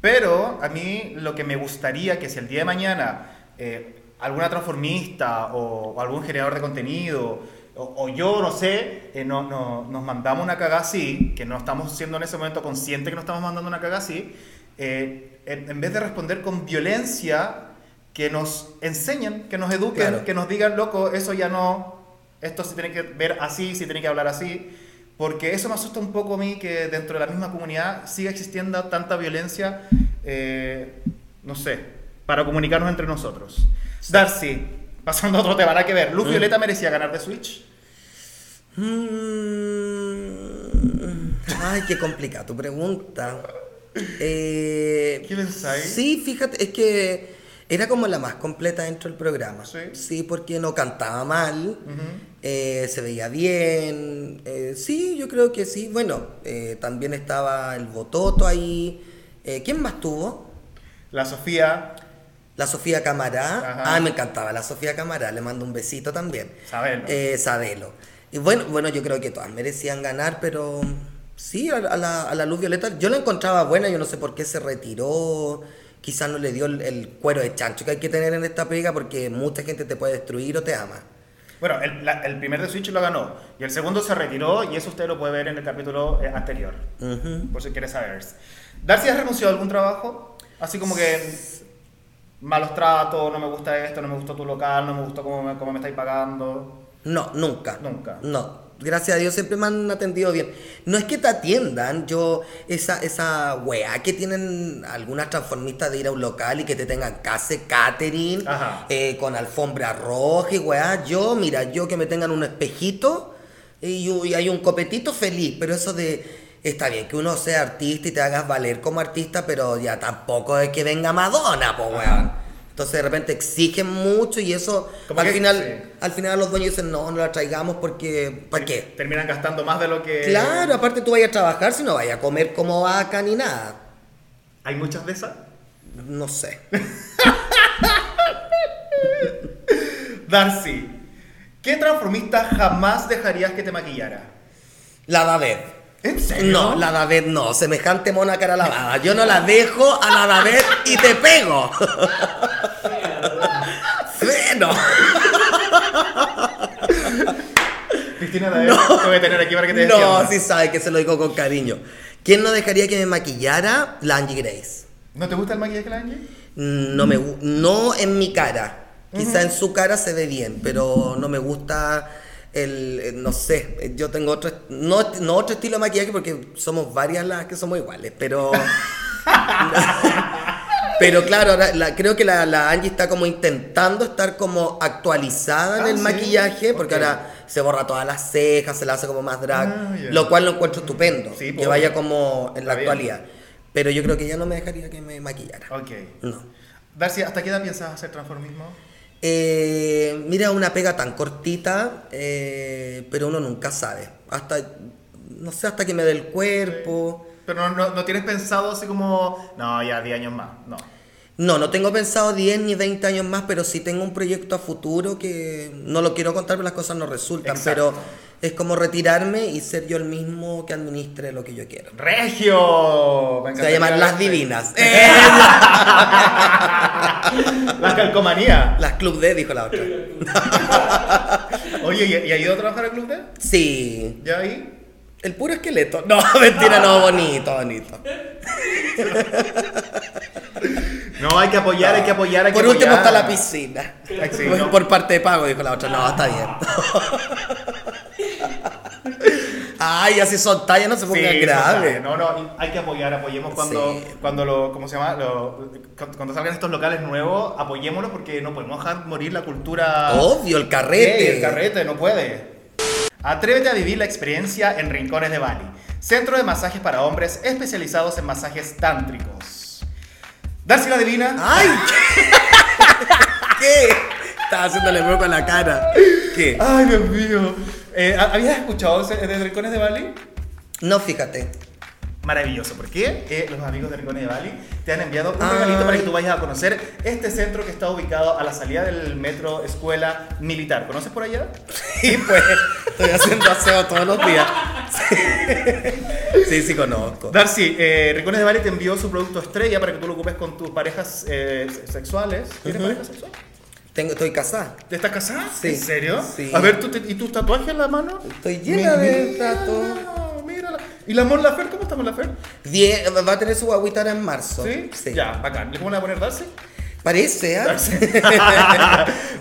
S1: Pero a mí lo que me gustaría que si el día de mañana eh, alguna transformista o, o algún generador de contenido o, o yo, no sé, eh, no, no- nos mandamos una caga así, que no estamos siendo en ese momento conscientes que nos estamos mandando una caga así, eh, en, en vez de responder con violencia, que nos enseñen, que nos eduquen,
S2: Claro.
S1: que nos digan, loco, eso ya no, esto se tiene que ver así, se tiene que hablar así. Porque eso me asusta un poco a mí que dentro de la misma comunidad siga existiendo tanta violencia, eh, no sé, para comunicarnos entre nosotros. Darcy, pasando a otro tema, nada que ver. ¿Luz Violeta merecía ganar de Switch?
S2: Mm, Ay, qué complicada tu pregunta. Eh,
S1: ¿Qué pensáis?
S2: Sí, fíjate, es que era como la más completa dentro del programa.
S1: Sí.
S2: porque no cantaba mal,
S1: Ujú.
S2: eh, se veía bien. eh, sí, yo creo que sí. Bueno, eh, también estaba el Bototo ahí. Eh, ¿Quién más tuvo?
S1: La Sofía,
S2: La Sofía Camará.
S1: Ajá.
S2: Ah, me encantaba la Sofía Camará. Le mando un besito también.
S1: Sabelo.
S2: Eh, Sabelo. Y bueno, bueno, yo creo que todas merecían ganar, pero sí, a, a la, a la Luz Violeta yo la encontraba buena. Yo no sé por qué se retiró. Quizás no le dio el, el cuero de chancho que hay que tener en esta pega porque mucha gente te puede destruir o te ama.
S1: bueno, el, la- el primer de Switch lo ganó y el segundo se retiró y eso usted lo puede ver en el capítulo eh, anterior,
S2: Ujú.
S1: por si quiere saber. Darcy, ¿has renunciado a algún trabajo? Así como que malos tratos, no me gusta esto, no me gustó tu local, no me gustó cómo me, cómo me estáis pagando.
S2: No, nunca.
S1: Nunca.
S2: No. Gracias a Dios siempre me han atendido bien. No es que te atiendan, yo, esa, esa weá que tienen algunas transformistas de ir a un local y que te tengan case, catering,
S1: Ajá.
S2: eh, con alfombra roja y weá. Yo, mira, yo que me tengan un espejito y, u- y hay un copetito feliz, pero eso de. Está bien que uno sea artista y te hagas valer como artista, pero ya tampoco es que venga Madonna, po weón. Entonces de repente exigen mucho y eso
S1: Como
S2: al
S1: que-
S2: final
S1: sí.
S2: al final los dueños dicen no, no la traigamos porque ¿para qué?
S1: Terminan gastando más de lo que.
S2: Claro, aparte tú vayas a trabajar, si no vayas a comer como vaca ni nada.
S1: ¿Hay muchas de esas?
S2: No sé.
S1: Darcy, ¿qué transformista jamás dejarías que te maquillara?
S2: La David.
S1: ¿En serio?
S2: No, la David no. Semejante mona cara lavada. Yo no la dejo a la David y te pego. Bueno.
S1: Cristina la te voy a tener aquí para que te
S2: No,
S1: defiendas.
S2: sí sabe que se lo digo con cariño. ¿Quién no dejaría que me maquillara? La Angie Grace.
S1: ¿No te gusta el maquillaje, la Angie?
S2: No me gu- no en mi cara. Quizá en su cara se ve bien, pero no me gusta el, eh, no sé, eh, yo tengo otro, est- no, no otro estilo de maquillaje porque somos varias las que somos iguales, pero... pero claro, ahora la- creo que la, la Angie está como intentando estar como actualizada
S1: Ah,
S2: en el
S1: sí,
S2: maquillaje, porque
S1: ok.
S2: ahora se borra todas las cejas, se la hace como más drag,
S1: Ah, ya.
S2: lo cual lo encuentro estupendo,
S1: Sí,
S2: que
S1: pues,
S2: vaya como en la
S1: está bien. Ah.
S2: actualidad. Pero yo creo que ya no me dejaría que me maquillara.
S1: Ok.
S2: No.
S1: Darcy, ¿hasta qué edad piensas hacer transformismo?
S2: Eh, mira, una pega tan cortita, eh, pero uno nunca sabe. Hasta, no sé, hasta que me dé el cuerpo.
S1: Pero no, no, no tienes pensado así como, no, ya 10 años más. No.
S2: No, no tengo pensado 10 ni 20 años más, pero sí tengo un proyecto a futuro que no lo quiero contar, pero las cosas no resultan.
S1: Exacto.
S2: Pero es como retirarme y ser yo el mismo que administre lo que yo quiero.
S1: ¡Regio! Me
S2: Se va a llamar
S1: encantaría
S2: Las
S1: verte.
S2: Divinas. ¡Eh!
S1: La calcomanía.
S2: Las Club D, dijo la otra.
S1: Oye, ¿y, y ha ido a trabajar al club D?
S2: Sí,
S1: ¿Ya ahí?
S2: el puro esqueleto. No, mentira, no, bonito, bonito.
S1: No, hay que apoyar, hay que apoyar, hay que
S2: Ah. Por último
S1: apoyar.
S2: está la piscina.
S1: Ay, sí,
S2: Por-
S1: no.
S2: Por parte de pago, dijo la otra. No, está bien. Ay, así son tallas, no se
S1: Sí,
S2: pongan
S1: eso
S2: graves.
S1: está. No, no, hay que apoyar, apoyemos cuando,
S2: Sí.
S1: cuando lo, ¿cómo se llama? Lo- cuando cuando salgan estos locales nuevos, apoyémoslos porque no podemos dejar morir la cultura.
S2: Obvio, el carrete.
S1: Ey, el carrete, no puede. Atrévete a vivir la experiencia en Rincones de Bali, centro de masajes para hombres especializados en masajes tántricos. Darcy la Divina.
S2: Ay, ¿qué? ¿Qué? Estaba haciéndole broco a la cara. ¿Qué?
S1: Ay, Dios mío. Eh, ¿ha- ¿Habías escuchado ese- de Rincones de Bali?
S2: No, fíjate.
S1: Maravilloso, porque eh, los amigos de Rincones de Bali te han enviado un
S2: Ay.
S1: regalito para que tú vayas a conocer este centro que está ubicado a la salida del metro Escuela Militar. ¿Conoces por allá?
S2: Y pues, estoy haciendo aseo todos los días. Sí, sí, sí conozco.
S1: Darcy, eh, Rincones de Bali te envió su producto estrella para que tú lo ocupes con tus parejas eh, se- sexuales. ¿Tienes
S2: Ujú.
S1: pareja sexual?
S2: Tengo, estoy casada.
S1: ¿Te estás casada?
S2: Sí.
S1: ¿En serio?
S2: Sí.
S1: A ver, ¿tú te- ¿y tus tatuajes en la mano?
S2: Estoy llena de
S1: Mírala,
S2: tatu.
S1: mírala. ¿Y la Mon Lafer? ¿Cómo está Mon Lafer?
S2: Die- va a tener su guaguita ahora en marzo.
S1: ¿Sí? Ya, bacán. ¿Le vamos a poner Darcy?
S2: Parece, ¿ah?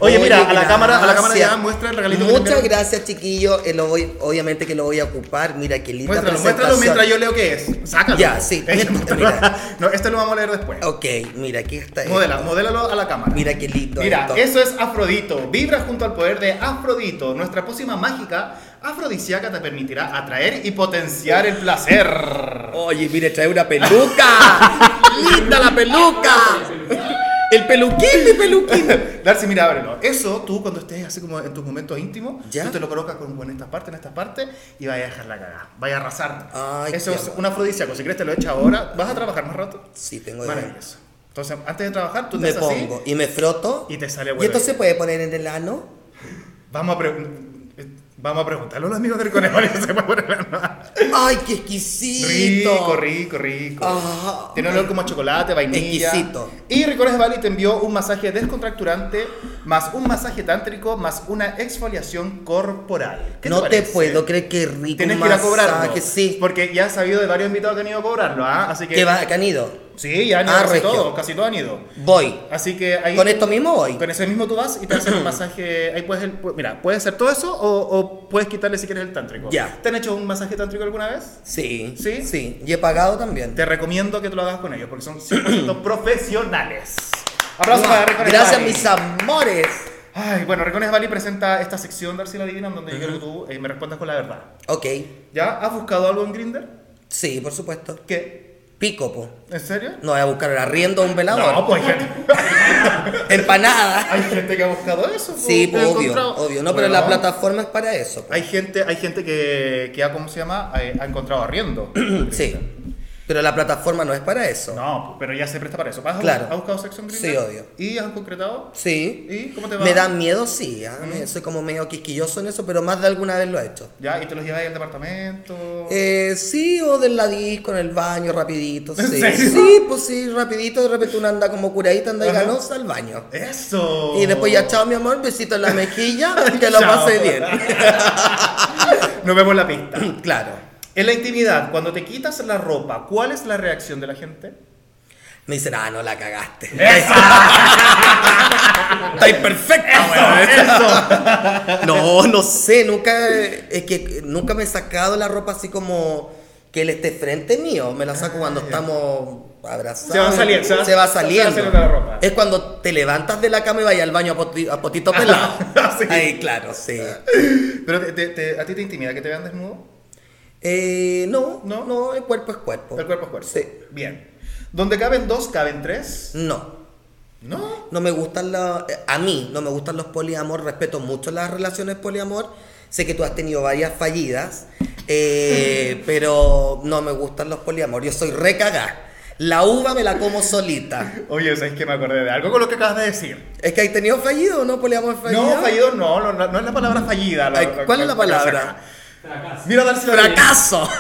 S1: Oye, mira, a la cámara, a la cámara ya
S2: gracias.
S1: muestra el regalito. que te
S2: Muchas
S1: enviaron.
S2: gracias, chiquillo. Eh, lo voy, obviamente que lo voy a ocupar. Mira, qué linda
S1: Muéstralo, muéstralo
S2: presentación.
S1: mientras yo leo qué es. Sácalo.
S2: Ya, sí.
S1: Ella muestra-
S2: Mira.
S1: No, este lo vamos a leer después.
S2: Ok, mira, aquí está.
S1: Modela,
S2: esto.
S1: modélalo a la cámara.
S2: Mira qué lindo.
S1: Mira,
S2: esto.
S1: eso es Afrodito. Vibra junto al poder de Afrodito. Nuestra pócima mágica afrodisíaca te permitirá atraer y potenciar el placer.
S2: Oye, mire, trae una peluca. ¡Linda la peluca! El peluquín, mi peluquín.
S1: Darcy, mira, ábrelo. Eso tú cuando estés así como en tus momentos íntimos,
S2: ¿Ya?
S1: tú te lo colocas con, con esta parte, en esta parte y vayas a dejar la cagada. Vaya a arrasar.
S2: Ay,
S1: eso
S2: qué
S1: es
S2: amor.
S1: un afrodisíaco. Si crees te lo echa ahora, ¿vas a trabajar más rato?
S2: Sí, tengo de
S1: Maravilloso. Entonces, antes de trabajar, tú te
S2: Me
S1: haces así.
S2: pongo y me froto.
S1: Y te sale
S2: ¿Y esto
S1: bueno.
S2: se puede poner en el ano?
S1: Vamos a, pregun- eh, vamos a preguntarle a los amigos del Conejones. se puede poner la mano.
S2: ¡Ay, qué exquisito!
S1: Rico, rico, rico.
S2: Ah.
S1: Tiene olor como a chocolate, vainilla.
S2: Exquisito.
S1: Y Ricones de Bali te envió un masaje descontracturante, más un masaje tántrico, más una exfoliación corporal. ¿Qué
S2: No te,
S1: parece?
S2: puedo creer que rico.
S1: Tienes
S2: un
S1: que ir a
S2: masaje,
S1: cobrarlo.
S2: Sí.
S1: Porque ya has sabido de varios invitados que han ido a cobrarlo, ¿ah? Así que.
S2: ¿Qué va, que han ido?
S1: Sí, ya han ido
S2: Ah,
S1: casi
S2: regio.
S1: todos, casi todos han ido.
S2: Voy.
S1: Así que ahí.
S2: ¿Con esto mismo voy?
S1: Con ese mismo tú vas y te haces un masaje. Ahí puedes. el- pu- mira, puedes hacer todo eso o, o puedes quitarle si quieres el tántrico.
S2: Ya.
S1: ¿Te han hecho un masaje tántrico alguna vez?
S2: Sí.
S1: ¿Sí?
S2: Sí. Y he pagado también.
S1: Te recomiendo que te lo hagas con ellos porque son 100% profesionales. Aplausos para Recones
S2: Gracias,
S1: Valley.
S2: mis amores.
S1: Ay, bueno, Recones Valley presenta esta sección de Arcila Divina en donde yo quiero que tú eh, me respondas con la verdad.
S2: Ok.
S1: ¿Ya? ¿Has buscado algo en Grinder?
S2: Sí, por supuesto.
S1: ¿Qué?
S2: Pico, po.
S1: ¿En serio?
S2: No voy a buscar el arriendo a un velador.
S1: No, pues hay gente,
S2: Empanada.
S1: hay gente que ha buscado eso.
S2: Sí,
S1: pues,
S2: po,
S1: he
S2: obvio,
S1: encontrado.
S2: obvio. No, pero la
S1: Bueno,
S2: plataforma es para eso. po.
S1: Hay gente, hay gente que, que ha, ¿cómo se llama? Eh, Ha, encontrado arriendo.
S2: Sí. Pero la plataforma no es para eso.
S1: No, pero ya se presta para eso. ¿Has,
S2: Claro.
S1: ¿Has buscado sexo en Grindr?
S2: Sí, obvio.
S1: ¿Y has concretado?
S2: Sí.
S1: ¿Y cómo te va?
S2: Me da miedo, sí. ah, me- Soy como medio quisquilloso en eso, pero más de alguna vez lo he hecho.
S1: ¿Ya? ¿Y te los llevas ahí al departamento?
S2: Eh, sí, o del ladisco, en el baño, rapidito.
S1: ¿En
S2: Sí.
S1: serio?
S2: sí, pues sí, rapidito. De repente uno anda como curadita, anda y
S1: Ajá.
S2: ganosa al baño.
S1: ¡Eso!
S2: Y después ya, chao, mi amor, besito en la mejilla, que lo
S1: Chao.
S2: pasé bien.
S1: Nos vemos en la pista.
S2: claro.
S1: En la intimidad, cuando te quitas la ropa, ¿cuál es la reacción de la gente?
S2: Me dicen, ah, no la cagaste.
S1: ¡Eso!
S2: Estáis perfecta, No, no sé, nunca, es que nunca me he sacado la ropa así como que él esté frente mío. Me la saco cuando estamos abrazados.
S1: Ah, Se va saliendo, se va-
S2: Se
S1: se va
S2: va saliendo.
S1: saliendo la ropa.
S2: Es cuando te levantas de la cama y vas al baño a, poti- a potito pelado.
S1: Sí. Ah.
S2: Ahí, claro, sí.
S1: Pero te- te- te- a ti te intimida que te vean desnudo.
S2: Eh, no,
S1: ¿No?
S2: no, el cuerpo es cuerpo.
S1: El cuerpo es cuerpo.
S2: Oh, Sí.
S1: Bien. Donde caben dos, caben tres.
S2: No.
S1: No.
S2: No me gustan los. eh, A mí no me gustan los poliamor. Respeto mucho las relaciones poliamor. Sé que tú has tenido varias fallidas. eh, pero no me gustan los poliamor. Yo soy recagá. La uva me la como solita.
S1: Oye, ¿sabes que me acordé de algo con lo que acabas de decir?
S2: ¿Es que hay tenido fallido o no poliamor fallido?
S1: No, fallido no, no, no, no es la palabra fallida. lo-
S2: Ay,
S1: lo-
S2: ¿Cuál
S1: lo-
S2: es la
S1: lo que saca.
S2: palabra?
S3: Fracaso.
S1: Mira, darse la divina.
S2: ¡Fracaso!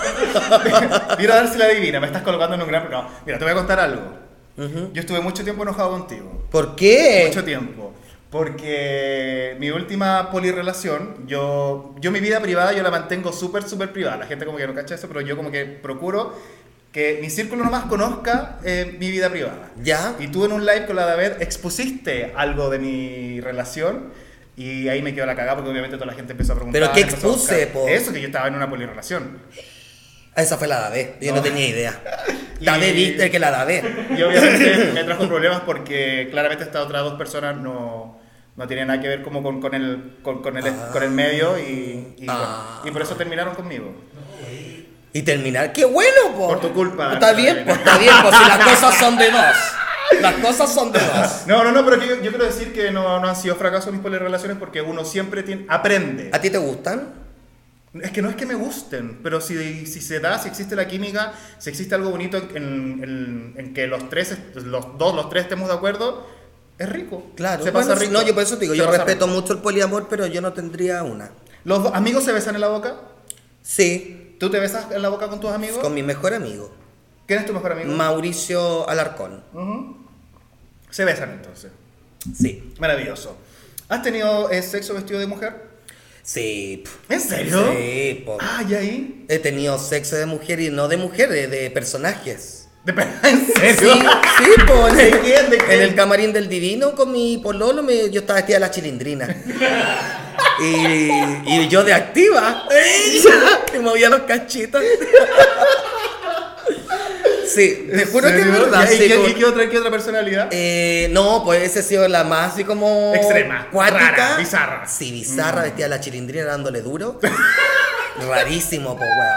S1: Mira, darse la divina. Me estás colocando en un gran. No, mira, te voy a contar algo. Yo estuve mucho tiempo enojado contigo.
S2: ¿Por qué?
S1: Mucho tiempo. Porque mi última polirrelación, yo, yo mi vida privada yo la mantengo súper, súper privada. La gente como que no cacha eso, pero yo como que procuro que mi círculo nomás conozca eh, mi vida privada.
S2: ¿Ya?
S1: Y tú en un live con la David expusiste algo de mi relación y ahí me quedó la cagada porque obviamente toda la gente empezó a preguntar.
S2: ¿Pero qué
S1: empezó a buscar.
S2: expuse, po?
S1: Eso, que yo estaba en una polirrelación.
S2: Ah, Esa fue la Dave. Yo no,
S1: No.
S2: tenía idea.
S1: Y-
S2: Dave viste que la Dave.
S1: Y obviamente me trajo problemas porque claramente estas otras dos personas no, no tienen nada que ver como con, con el, con, con el, con el medio y, y,
S2: Ah.
S1: bueno, y por eso terminaron conmigo.
S2: Y terminar. ¡Qué bueno, po!
S1: Por tu culpa.
S2: Está bien, pues está bien, pues si las cosas son de dos. Las cosas son de dos.
S1: No, no, no, pero que yo, yo quiero decir que no, no han sido fracasos mis relaciones porque uno siempre tiene, aprende.
S2: ¿A ti te gustan?
S1: Es que no es que me gusten, pero si, si se da, si existe la química, si existe algo bonito en, en- en- en que los tres, los dos, los tres estemos de acuerdo, es rico.
S2: Claro.
S1: se pasa
S2: Bueno, sí,
S1: rico.
S2: No, yo por eso te digo,
S1: Se
S2: yo
S1: pasa
S2: respeto
S1: rico.
S2: mucho el poliamor, pero yo no tendría una.
S1: ¿Los dos amigos se besan en la boca?
S2: Sí,
S1: ¿Tú te besas en la boca con tus amigos?
S2: con mi mejor amigo,
S1: ¿Quién es tu mejor amigo?
S2: Mauricio Alarcón.
S1: Ujú. Se besan entonces.
S2: Sí.
S1: Maravilloso. ¿Has tenido eh, sexo vestido de mujer?
S2: Sí. pf.
S1: ¿En serio?
S2: Sí, po.
S1: Ah, ¿y ahí?
S2: He tenido sexo de mujer y no de mujeres, de personajes.
S1: De- ¿En
S2: Sí,
S1: serio?
S2: sí, po. En
S1: ¿De
S2: el,
S1: quién? ¿De quién?
S2: en el camarín del divino con mi pololo, me- yo estaba vestida de la chilindrina. Y, y yo de activa. Y movía los cachitos. Sí, te
S1: ¿En
S2: juro que es
S1: serio?
S2: verdad.
S1: ¿Y,
S2: sí,
S1: y qué-
S2: como-
S1: y qué otra, qué otra personalidad?
S2: eh, no, pues esa ha sido la más así como.
S1: Extrema,
S2: cuática.
S1: rara, bizarra. Mm.
S2: Sí, bizarra, vestida de la chilindrina dándole duro. Rarísimo, pues, weón.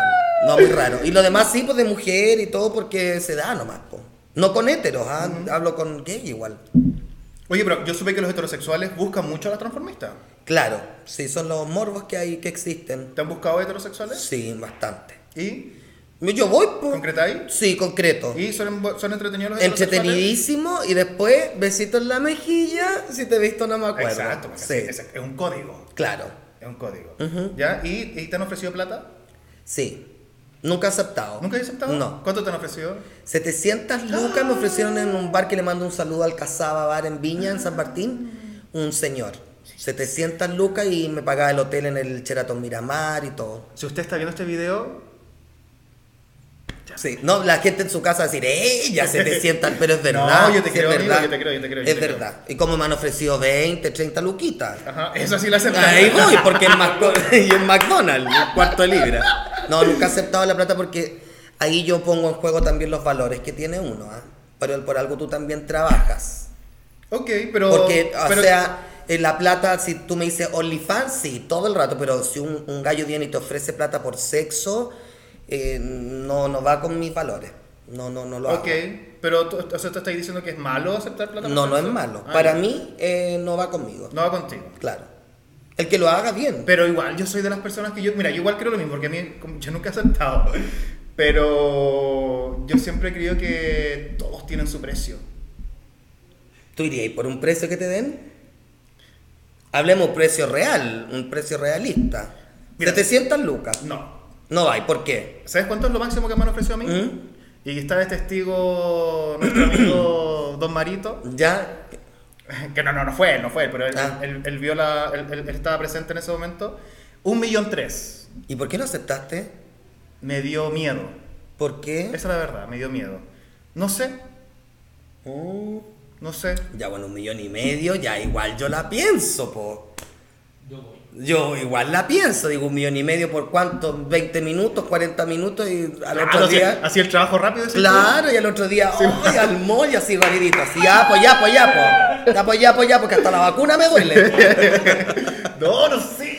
S2: No, muy raro. Y lo demás sí, pues de mujer y todo, porque se da nomás, pues. No con héteros, ah,
S1: Mm.
S2: hablo con gay igual.
S1: Oye, pero yo supe que los heterosexuales buscan mucho a las transformistas.
S2: Claro, sí, son los morbos que hay, que existen.
S1: ¿Te han buscado heterosexuales?
S2: Sí, bastante.
S1: ¿Y?
S2: Yo voy, pues.
S1: ¿Concretáis?
S2: Sí, concreto.
S1: ¿Y son, bu- son entretenidos los heterosexuales?
S2: Entretenidísimo y después besito en la mejilla, si te he visto no me acuerdo.
S1: Exacto, porque
S2: sí.
S1: es- es- es un código.
S2: Claro.
S1: Es un código. ¿Ya? ¿Y, ¿Y te han ofrecido plata?
S2: Sí. Nunca he aceptado.
S1: ¿Nunca has aceptado?
S2: No.
S1: ¿Cuánto te han ofrecido?
S2: 700 lucas me ofrecieron en un bar que le mando un saludo al Casaba Bar en Viña, en San
S1: Ah.
S2: Martín, un señor. 700 lucas y me pagaba el hotel en el Sheraton Miramar y todo.
S1: Si usted está viendo este video, Ya.
S2: Sí, no, la gente en su casa va a decir, ella se te sientan, pero es verdad.
S1: yo te
S2: sí,
S1: creo,
S2: es
S1: amigo,
S2: verdad.
S1: yo te creo, yo te creo, yo
S2: Es
S1: te creo.
S2: verdad. Y como me han ofrecido 20, 30 luquitas.
S1: Ajá, eso sí lo aceptamos.
S2: Ahí voy, porque en, Mac- y en McDonald's, un cuarto de libra. No, nunca he aceptado la plata porque ahí yo pongo en juego también los valores que tiene uno. ¿ah? Pero por algo tú también trabajas.
S1: Ok, pero.
S2: Porque, o
S1: pero-
S2: sea, en la plata, si tú me dices OnlyFans, sí, todo el rato, pero si un, un gallo viene y te ofrece plata por sexo, eh, no, no va con mis valores. No, no, no lo hago.
S1: Ok, pero tú, o sea, tú estás diciendo que es malo aceptar plata. por
S2: No, no es
S1: sexo?
S2: malo.
S1: Ah,
S2: Para
S1: ya.
S2: mí, eh, no va conmigo.
S1: No va contigo.
S2: Claro. El que lo haga bien.
S1: Pero igual, yo soy de las personas que yo. Mira, yo igual creo lo mismo, porque a mí como- yo nunca he aceptado. Pero yo siempre creo que todos tienen su precio.
S2: ¿Tú irías por un precio que te den? Hablemos precio real, un precio realista.
S1: Mira.
S2: 700 lucas.
S1: No.
S2: No hay, ¿por qué?
S1: ¿Sabes cuánto es lo máximo que me han ofrecido a mí?
S2: ¿Mm?
S1: Y está de testigo nuestro amigo Don Marito.
S2: Ya,
S1: Que no, no, no fue él, no fue él, pero él,
S2: Ah.
S1: él- él vio la. Él, él- él estaba presente en ese momento. Un millón tres.
S2: ¿y por qué no aceptaste?
S1: Me dio miedo.
S2: ¿Por qué?
S1: Esa es la verdad, me dio miedo. No sé,
S2: Mm,
S1: no sé.
S2: ya, bueno, un millón y medio, ya igual yo la pienso, po.
S3: Yo voy.
S2: Yo igual la pienso, digo, un millón y medio por cuánto, 20 minutos, 40 minutos y al
S1: Ah,
S2: otro
S1: no sé,
S2: día...
S1: así el trabajo rápido. ¿sí?
S2: Claro, y al otro día, ¡ay, al mall! Y así rapidito, así, ya, pues, ya, pues, ya, pues. Ya, pues, ya, pues, ya, porque hasta la vacuna me duele.
S1: No, no sé.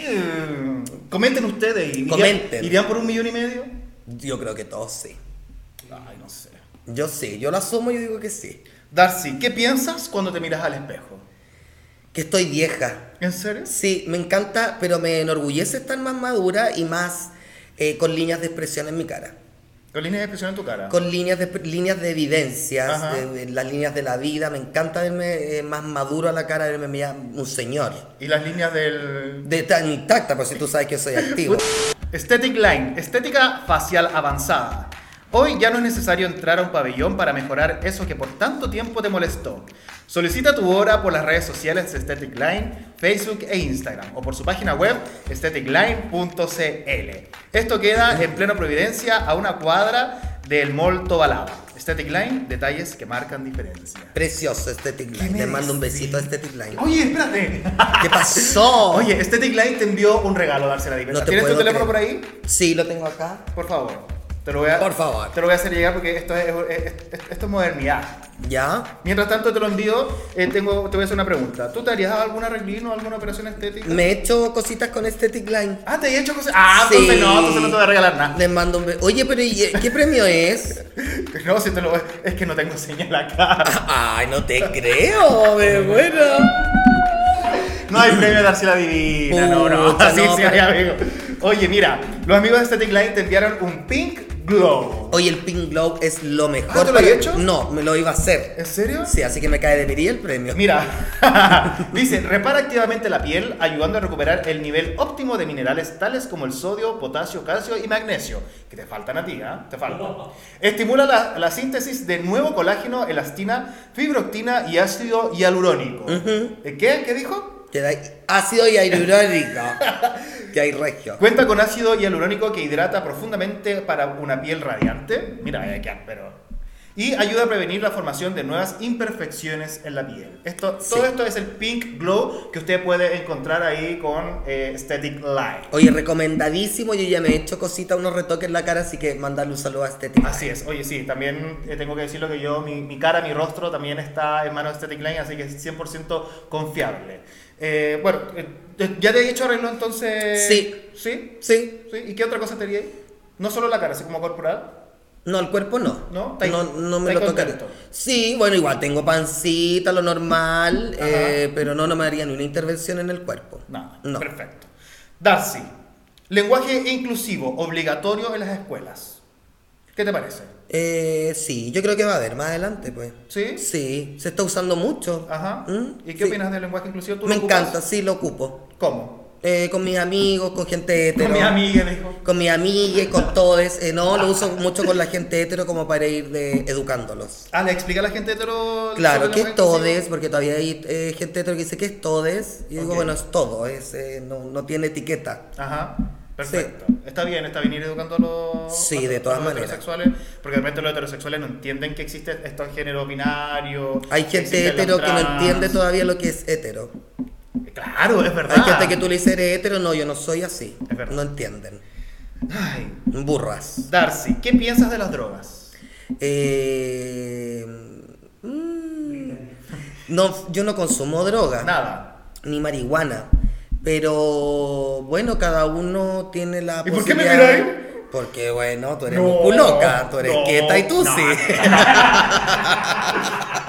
S1: Comenten ustedes. ¿irían-
S2: Comenten.
S1: ¿Irían por un millón y medio?
S2: Yo creo que todos sí.
S1: Ay, no sé.
S2: Yo sí, yo lo asumo y digo que sí.
S1: Darcy, ¿qué piensas cuando te miras al espejo?
S2: Que estoy vieja.
S1: ¿En serio?
S2: Sí, me encanta, pero me enorgullece estar más madura y más eh, con líneas de expresión en mi cara.
S1: Con líneas de expresión en tu cara.
S2: Con líneas de, líneas de evidencias,
S1: Ah. Ajá.
S2: de- de las líneas de la vida. Me encanta verme eh, más maduro a la cara, verme ya un señor.
S1: Y las líneas del.
S2: De tan intacta, por si tú sabes que soy activo.
S1: Aesthetic Line, estética facial avanzada. Hoy ya no es necesario entrar a un pabellón para mejorar eso que por tanto tiempo te molestó. Solicita tu hora por las redes sociales de Aesthetic Line, Facebook e Instagram o por su página web aestheticline.cl. Esto queda en pleno Providencia a una cuadra del Mall Tobalaba. Aesthetic Line, detalles que marcan diferencia.
S2: Precioso Aesthetic
S1: ¿Qué
S2: Line.
S1: me
S2: Le mando un
S1: decís?
S2: besito a Aesthetic Line.
S1: Oye, espérate.
S2: ¿Qué pasó?
S1: Oye, Aesthetic Line te envió un regalo, Darcela Diversa. ¿Tienes tu
S2: puedo
S1: teléfono por
S2: creer.
S1: ahí?
S2: Sí, lo tengo acá.
S1: Por favor. Te lo voy a,
S2: Por favor.
S1: Te lo voy a hacer llegar porque esto es, es- es- esto es modernidad.
S2: ¿Ya?
S1: Mientras tanto te lo envío, eh, tengo, te voy a hacer una pregunta. ¿Tú te harías algún arreglino, alguna operación estética?
S2: Me he hecho cositas con Aesthetic Line.
S1: Ah, te he hecho cosas. Ah,
S2: Sí.
S1: entonces no, entonces no te voy a regalar nada.
S2: Les mando un be- Oye, pero ¿y, eh, ¿qué premio es?
S1: No, si te lo voy- es que no tengo señal acá.
S2: Ay, no te creo, me muero.
S1: No hay premio de Darcela Divina, no, no.
S2: Pucha,
S1: Así
S2: no,
S1: sí,
S2: pero-
S1: hay, amigo. Oye, mira, los amigos de Static Line te enviaron un Pink Glow.
S2: Oye, el Pink Glow es lo mejor.
S1: Ah, ¿te lo
S2: para-
S1: había hecho?
S2: No, me lo iba a hacer.
S1: ¿En serio?
S2: Sí, así que me cae de miría el premio.
S1: Mira, dice, repara activamente la piel, ayudando a recuperar el nivel óptimo de minerales tales como el sodio, potasio, calcio y magnesio, que te faltan a ti, ¿ah? Te faltan. Estimula la, la síntesis de nuevo colágeno, elastina, fibroctina y ácido hialurónico. ¿Eh, ¿Qué? ¿Qué dijo?
S2: Te da ácido y hialurónico. que hay regio.
S1: Cuenta con ácido hialurónico que hidrata profundamente para una piel radiante. Mira, vaya que- pero... Y ayuda a prevenir la formación de nuevas imperfecciones en la piel. Esto,
S2: Sí.
S1: Todo esto es el Pink Glow que usted puede encontrar ahí con eh, Static Light.
S2: Oye, recomendadísimo. Yo ya me he hecho cositas, unos retoques en la cara, así que mandarle un saludo a Aesthetic Line.
S1: Así es. Oye, Ah, sí, también eh, tengo que decirlo que yo, mi, mi cara, mi rostro también está en manos de Static Line, así que es 100% confiable. Eh, bueno, eh, ¿ya te he hecho arreglo entonces?
S2: Sí.
S1: ¿Sí?
S2: Sí,
S1: ¿Sí? ¿Y qué otra cosa te haría ahí? No solo la cara, así como corporal.
S2: No, el cuerpo no.
S1: ¿No? ¿Estáis-
S2: no, no me lo
S1: estáis
S2: tocaría.
S1: contento?
S2: Sí, bueno, igual tengo pancita, lo normal,
S1: Ajá.
S2: eh, pero no, no me haría ni una intervención en el cuerpo.
S1: Nada.
S2: No.
S1: Perfecto. Darcy, lenguaje inclusivo obligatorio en las escuelas. ¿Qué te parece?
S2: Eh, sí, yo creo que va a haber más adelante, pues.
S1: ¿Sí?
S2: Sí, se está usando mucho.
S1: Ajá.
S2: ¿Mm?
S1: ¿Y qué
S2: Sí.
S1: opinas del lenguaje inclusivo? ¿Tú lo
S2: Me
S1: ocupas?
S2: encanta, sí, lo ocupo.
S1: ¿Cómo?
S2: Eh, con mis amigos, con gente hetero.
S1: Con mis amigas, dijo.
S2: Con mis amigas, con todos. Eh, no, lo uso mucho con la gente hetero como para ir de, educándolos.
S1: Ah, le explica a la gente hetero.
S2: Claro, que
S1: que
S2: es todes, porque todavía hay eh, gente hetero que dice que es todes. Y yo digo,
S1: Ok.
S2: bueno, es todo, es, eh, no, no tiene etiqueta.
S1: Ajá. Perfecto. Está bien, está bien ir educando a los,
S2: Sí,
S1: a los-
S2: de todas
S1: a los
S2: maneras.
S1: heterosexuales, porque de repente los heterosexuales no entienden que existe esto en género binario.
S2: Hay
S1: que
S2: gente
S1: existen las
S2: hetero que no
S1: trans.
S2: entiende todavía lo que es hetero.
S1: Claro, es verdad.
S2: Hay gente que tú le dices eres hetero, no, yo no soy así.
S1: Ah. Es verdad.
S2: No entienden.
S1: Ay,
S2: Burras.
S1: Darcy, ¿qué piensas de las drogas?
S2: Eh, mm, no, yo no consumo droga.
S1: Nada.
S2: ni marihuana. Pero bueno, cada uno tiene la
S1: ¿Y por qué me
S2: posibilidad-
S1: miráis?
S2: Porque bueno, tú eres
S1: No,
S2: musculoca, tú eres
S1: no,
S2: quieta y tú
S1: no,
S2: sí.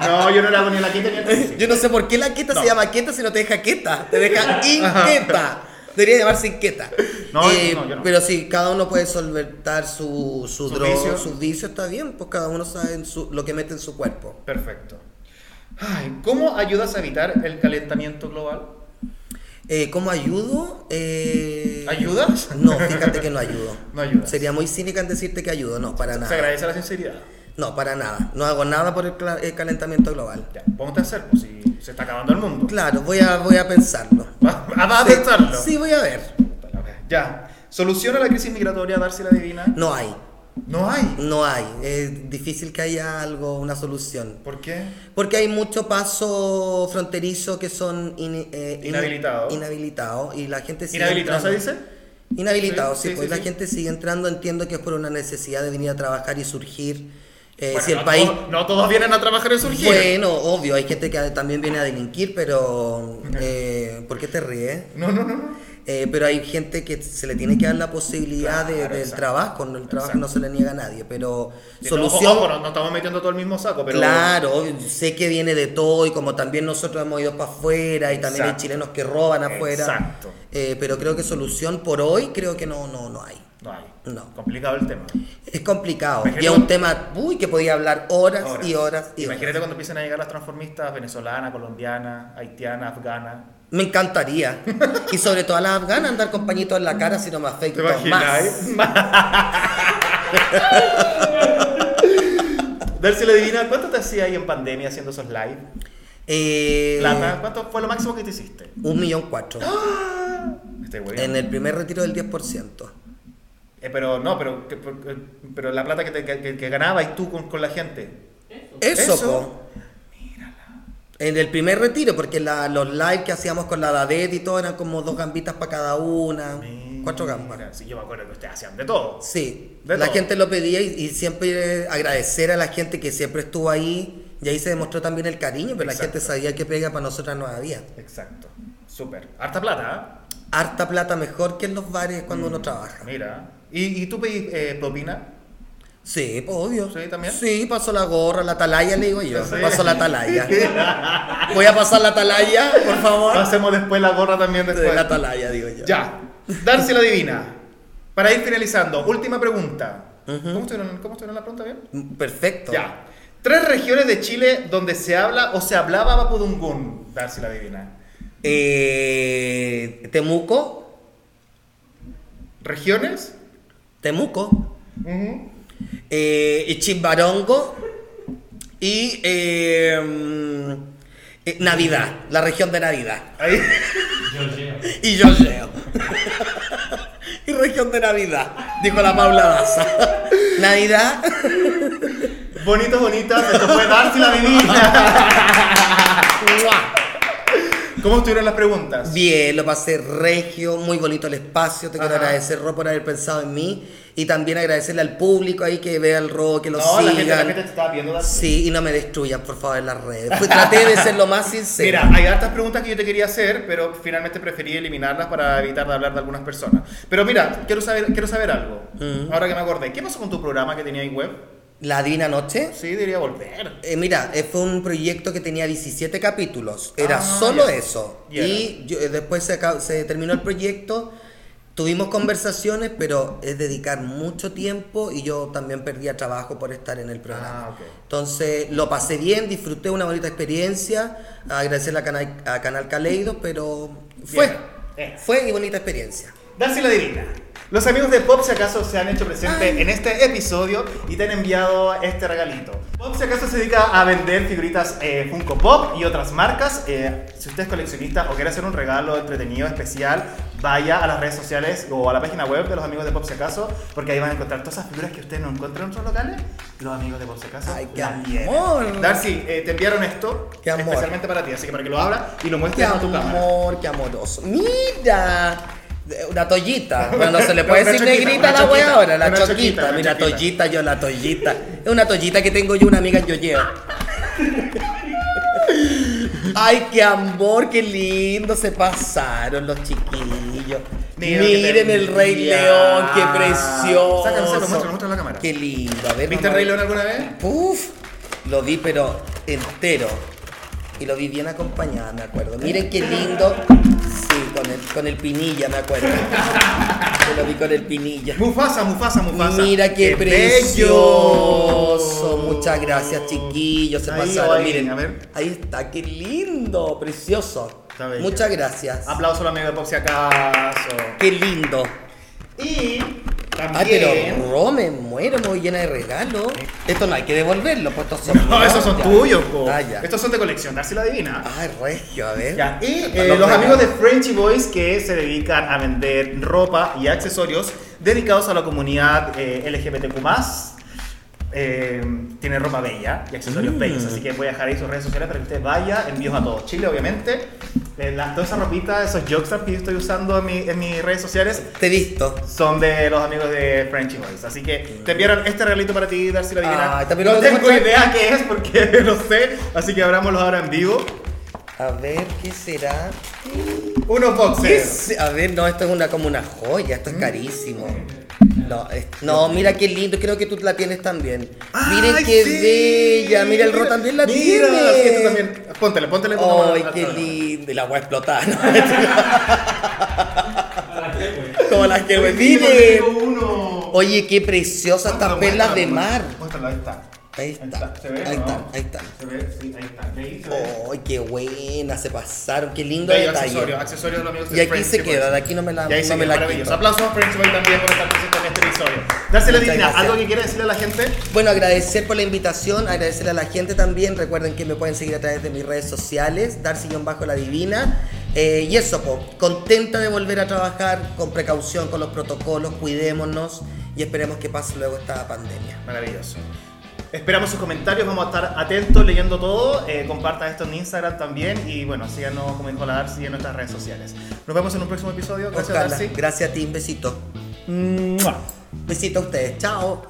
S1: No, yo no le hago ni la quinta ni la
S2: Yo no sé por qué la queta
S1: No.
S2: se llama queta si no te deja queta, te deja inquieta. Debería llamarse inquieta.
S1: No, no, yo no.
S2: Pero sí, cada uno puede solventar su, su,
S1: Su
S2: droga,
S1: vicio.
S2: sus vicios, está bien, pues cada uno sabe en su- lo que mete en su cuerpo.
S1: Perfecto. Ay, ¿Cómo ayudas a evitar el calentamiento global?
S2: Eh, ¿Cómo ayudo? Eh,
S1: ¿Ayudas?
S2: No, fíjate que no ayudo.
S1: No ayudas.
S2: Sería muy cínica en decirte que ayudo, no, para
S1: Se
S2: nada.
S1: agradece la sinceridad.
S2: No, para nada. No hago nada por el, cla- el calentamiento global.
S1: Ya, ponte a hacer, pues, si se está acabando el mundo.
S2: Claro, voy a, voy a pensarlo.
S1: Va- Ah, va a
S2: Sí,
S1: pensarlo.
S2: Sí, voy a ver.
S1: Ya. ¿Soluciona la crisis migratoria Darcy la Divina?
S2: No hay,
S1: No hay.
S2: no hay. Es difícil que haya algo, una solución.
S1: ¿Por qué?
S2: Porque hay mucho paso fronterizo que son in- eh, in-
S1: Inhabilitado.
S2: inhabilitado y la gente sigue
S1: ¿Inhabilitado se
S2: entrando.
S1: dice?
S2: Inhabilitado,
S1: Sí,
S2: sí,
S1: sí,
S2: pues
S1: sí,
S2: la
S1: sí.
S2: gente sigue entrando. Entiendo que es por una necesidad de venir a trabajar y surgir. Eh,
S1: Bueno,
S2: si el
S1: no
S2: país
S1: todos- no todos vienen a trabajar en surgir.
S2: Bueno, obvio, hay gente que también viene a delinquir, pero... eh, ¿Por qué te ríes?
S1: No, no, no, no.
S2: Eh, pero hay gente que se le tiene que dar la posibilidad de-
S1: Claro,
S2: del
S1: exacto.
S2: trabajo, no- el trabajo
S1: Exacto.
S2: no se le niega a nadie, pero
S1: De
S2: solución...
S1: todo- ojo, no, no estamos metiendo todo el mismo saco, pero.
S2: Claro, obvio, sé que viene de todo y como también nosotros hemos ido para afuera y también
S1: Exacto.
S2: hay chilenos que roban afuera,
S1: Exacto.
S2: eh, pero creo que solución por hoy creo que no, no, no hay.
S1: No hay.
S2: No.
S1: Complicado el tema.
S2: Es complicado.
S1: Imagínate-
S2: Y es un tema uy, que podía hablar horas, y horas y
S1: Imagínate
S2: horas.
S1: cuando empiecen a llegar las transformistas venezolanas, colombianas, haitianas, afganas.
S2: Me encantaría. y sobre todo a las afganas andar con pañitos en la cara si no me afecta más.
S1: Darcy la Divina, ¿cuánto te hacía ahí en pandemia haciendo esos live?
S2: Eh,
S1: Plata, ¿cuánto fue lo máximo que te hiciste?
S2: Un millón cuatro.
S1: Estoy
S2: En
S1: hueviando.
S2: el primer retiro del 10%.
S1: Eh, pero no, pero, que- por- eh, pero la plata que, te, que, que ganabas y tú con, con la gente.
S2: Eso,
S1: Eso.
S2: po. En el primer retiro, porque la- los live que hacíamos con la Dadet y todo eran como dos gambitas para cada una. Cuatro gambas.
S1: Mira, Sí, yo me acuerdo que ustedes hacían de todo.
S2: Sí.
S1: De
S2: la
S1: todo.
S2: gente lo pedía y, y siempre eh, agradecer a la gente que siempre estuvo ahí. Y ahí se demostró también el cariño, pero la
S1: Exacto.
S2: gente sabía que pega para nosotras no había.
S1: Exacto. Súper. Harta plata, ¿eh?
S2: Harta plata mejor que en los bares cuando
S1: Mm.
S2: uno trabaja.
S1: Mira. ¿Y, y tú pedís eh, propina?
S2: Sí, pues, obvio.
S1: Sí, también.
S2: Sí, paso la gorra, la atalaya, le digo yo.
S1: Sí.
S2: Paso la atalaya. Voy a pasar la atalaya, por favor.
S1: Hacemos después la gorra también
S2: De
S1: después.
S2: la atalaya, digo yo.
S1: Ya. Darcy la Divina. Para ir finalizando, última pregunta.
S2: Ujú.
S1: ¿Cómo, estuvieron, cómo estuvieron la pregunta bien?
S2: Mm, Perfecto.
S1: Ya. Tres regiones de Chile donde se habla o se hablaba Mapudungún, Darcy la Divina.
S2: Eh, Temuco,
S1: ¿Regiones?
S2: Temuco,
S1: Ujú.
S2: eh, y Chimbarongo y eh, mm, eh, Navidad, la región de Navidad.
S1: Ahí.
S3: Georgia.
S2: Y yo leo. y región de Navidad, dijo la Paula Daza. Navidad.
S1: Bonitos, bonitas. Esto fue Darcy la Divina.
S2: ¡mua!
S1: ¿Cómo estuvieron las preguntas?
S2: Bien, lo pasé regio, muy bonito el espacio. Te quiero
S1: Ajá.
S2: agradecer, Ro, por haber pensado en mí. Y también agradecerle al público ahí que vea el Ro, que lo
S1: No, la
S2: sigan.
S1: gente, la gente te estaba viendo, Darcy.
S2: Sí, y no me destruyan, por favor, en las redes. Pues, traté de ser lo más sincero.
S1: Mira, hay hartas preguntas que yo te quería hacer, pero finalmente preferí eliminarlas para evitar de hablar de algunas personas. Pero mira, quiero saber, quiero saber algo.
S2: Mm.
S1: Ahora que me acordé, ¿qué pasó con tu programa que tenía en web?
S2: La Divina Noche.
S1: Sí, debería volver.
S2: eh, mira, eh, fue un proyecto que tenía 17 capítulos. Era
S1: Ah,
S2: solo
S1: ya.
S2: eso.
S1: Ya.
S2: Y yo- eh, después se, acab- se terminó el proyecto. Tuvimos conversaciones, pero es dedicar mucho tiempo y yo también perdía trabajo por estar en el programa.
S1: Ah, ok.
S2: Entonces lo pasé bien, disfruté una bonita experiencia. Agradecerle a Canal, a Canal Caleido, pero fue.
S1: Bien. Eh.
S2: Fue y bonita experiencia.
S1: Darcy la Divina. Los amigos de Pop, si acaso, se han hecho presentes en este episodio y te han enviado este regalito. Pop, si acaso, se dedica a vender figuritas eh, Funko Pop y otras marcas. Eh, si usted es coleccionista o quiere hacer un regalo entretenido, especial, vaya a las redes sociales o a la página web de los amigos de Pop, si acaso, porque ahí van a encontrar todas esas figuras que usted no encuentra en otros locales. Los amigos de Pop, si acaso.
S2: Ay, qué
S1: las tienen.
S2: amor.
S1: Darcy, eh, te enviaron esto
S2: Qué amor.
S1: especialmente para ti, así que para que lo abras y lo
S2: Qué
S1: muestres a tu cámara.
S2: amor, qué amoroso. Mira. De- Una toallita. Bueno, se le
S1: No,
S2: puede
S1: una
S2: decir
S1: choquita,
S2: negrita a
S1: una
S2: la wea
S1: choquita,
S2: ahora. La
S1: una
S2: choquita.
S1: choquita, una
S2: Mira,
S1: choquita.
S2: toallita, yo la toallita. Es una toallita que tengo yo, una amiga que yo llevo. Ay, qué amor, qué lindo se pasaron los chiquillos.
S1: Mira lo que
S2: Miren
S1: te
S2: el Rey
S1: envía.
S2: León, qué precioso.
S1: Sácalo, sácalo, muéstralo, muéstralo a la cámara.
S2: Qué lindo. A ver,
S1: ¿Viste el
S2: vamos a
S1: Rey
S2: ver.
S1: León alguna vez?
S2: Puf, lo vi pero entero. Y lo vi bien acompañada, me acuerdo. Miren qué lindo. Sí, con el, con el pinilla, me acuerdo. Yo lo vi con el pinilla.
S1: Mufasa, Mufasa, Mufasa.
S2: Mira qué, precioso. Muchas gracias, chiquillos. Se
S1: Ahí,
S2: pasaron.
S1: ahí,
S2: Miren,
S1: a ver.
S2: ahí está, qué lindo, precioso.
S1: Está bello.
S2: Muchas gracias.
S1: Aplauso a la amiga de Pop si acaso.
S2: Qué lindo.
S1: Y
S2: Ay, pero
S1: también.
S2: bro, me muero, me voy llena de regalos. Esto no hay que devolverlo, pues estos son
S1: no,
S2: míos,
S1: esos son
S2: ya.
S1: tuyos, po.
S2: Ah, ya.
S1: Estos son de colección, Darcy la divina.
S2: Ay, regio, Ah, a ver.
S1: Ya, Y eh,
S2: Para
S1: los,
S2: regalos.
S1: amigos de Frenchy Boys que se dedican a vender ropa y accesorios dedicados a la comunidad eh, LGBTQ+. Eh, tiene ropa bella y accesorios
S2: Mm.
S1: bellos, así que voy a dejar ahí sus redes sociales para que usted vaya, envíos a todo Chile obviamente. Eh, las- toda esa ropita, esos jockstraps que yo estoy usando en, mi- en mis redes sociales
S2: Te he visto.
S1: son de los amigos de Frenchy Boys. Así que te enviaron este regalito para ti, Darcy la Divina.
S2: Ah, también
S1: no
S2: lo
S1: tengo
S2: encontré.
S1: idea qué es porque no sé, así que abrámoslo ahora en vivo.
S2: A ver, ¿qué será?
S1: Unos
S2: ¿Qué
S1: boxes.
S2: se- A ver, no, esto es una como una joya, esto es
S1: Mm.
S2: carísimo. No, es- no, mira qué lindo, creo que tú la tienes también. Miren
S1: ¡Ay,
S2: qué
S1: sí!
S2: bella, mira el Ro
S1: Mira,
S2: también la
S1: mira,
S2: tiene.
S1: sí, esto también. Póntele, póntele.
S2: Ay,
S1: póntele.
S2: qué
S1: Ah,
S2: lindo. Y la voy a explotar. ¿no?
S3: A la que, güey.
S2: como las que me
S1: Oye,
S2: miren.
S1: tengo uno.
S2: Oye, qué preciosas estas
S1: Muéstralo,
S2: perlas de
S1: muéstralo,
S2: mar.
S1: muéstralo, ahí está.
S2: Ahí está,
S1: ¿Se ve,
S2: ahí
S1: no?
S2: está, ahí está.
S1: Se ve, sí, ahí está. Ahí se ve.
S2: Ay, qué buena, se pasaron, qué lindo
S1: Bello,
S2: detalle.
S1: accesorio, accesorio de los amigos de
S2: Y aquí
S1: Friends,
S2: se
S1: sí,
S2: queda,
S1: pues.
S2: de aquí no me la,
S1: Y ahí
S2: no
S1: se
S2: me
S1: queda,
S2: la
S1: maravilloso.
S2: quito.
S1: Aplausos a Friends Boy también por estar presente en este episodio. Dársela
S2: Muchas
S1: divina,
S2: gracias.
S1: algo que quiere decirle a la gente.
S2: Bueno, agradecer por la invitación, agradecerle a la gente también. Recuerden que me pueden seguir a través de mis redes sociales, Darcy-Bajo La Divina. Eh, y eso, po, contenta de volver a trabajar con precaución, con los protocolos, cuidémonos y esperemos que pase luego esta pandemia.
S1: Maravilloso. Esperamos sus comentarios, vamos a estar atentos leyendo todo. Eh, compartan esto en Instagram también y bueno, síganos como dijo la Darcy en nuestras redes sociales. Nos vemos en un próximo episodio. Gracias
S2: Ojalá.
S1: Darcy.
S2: Gracias a ti, un besito.
S1: Mua.
S2: Besito a ustedes, chao.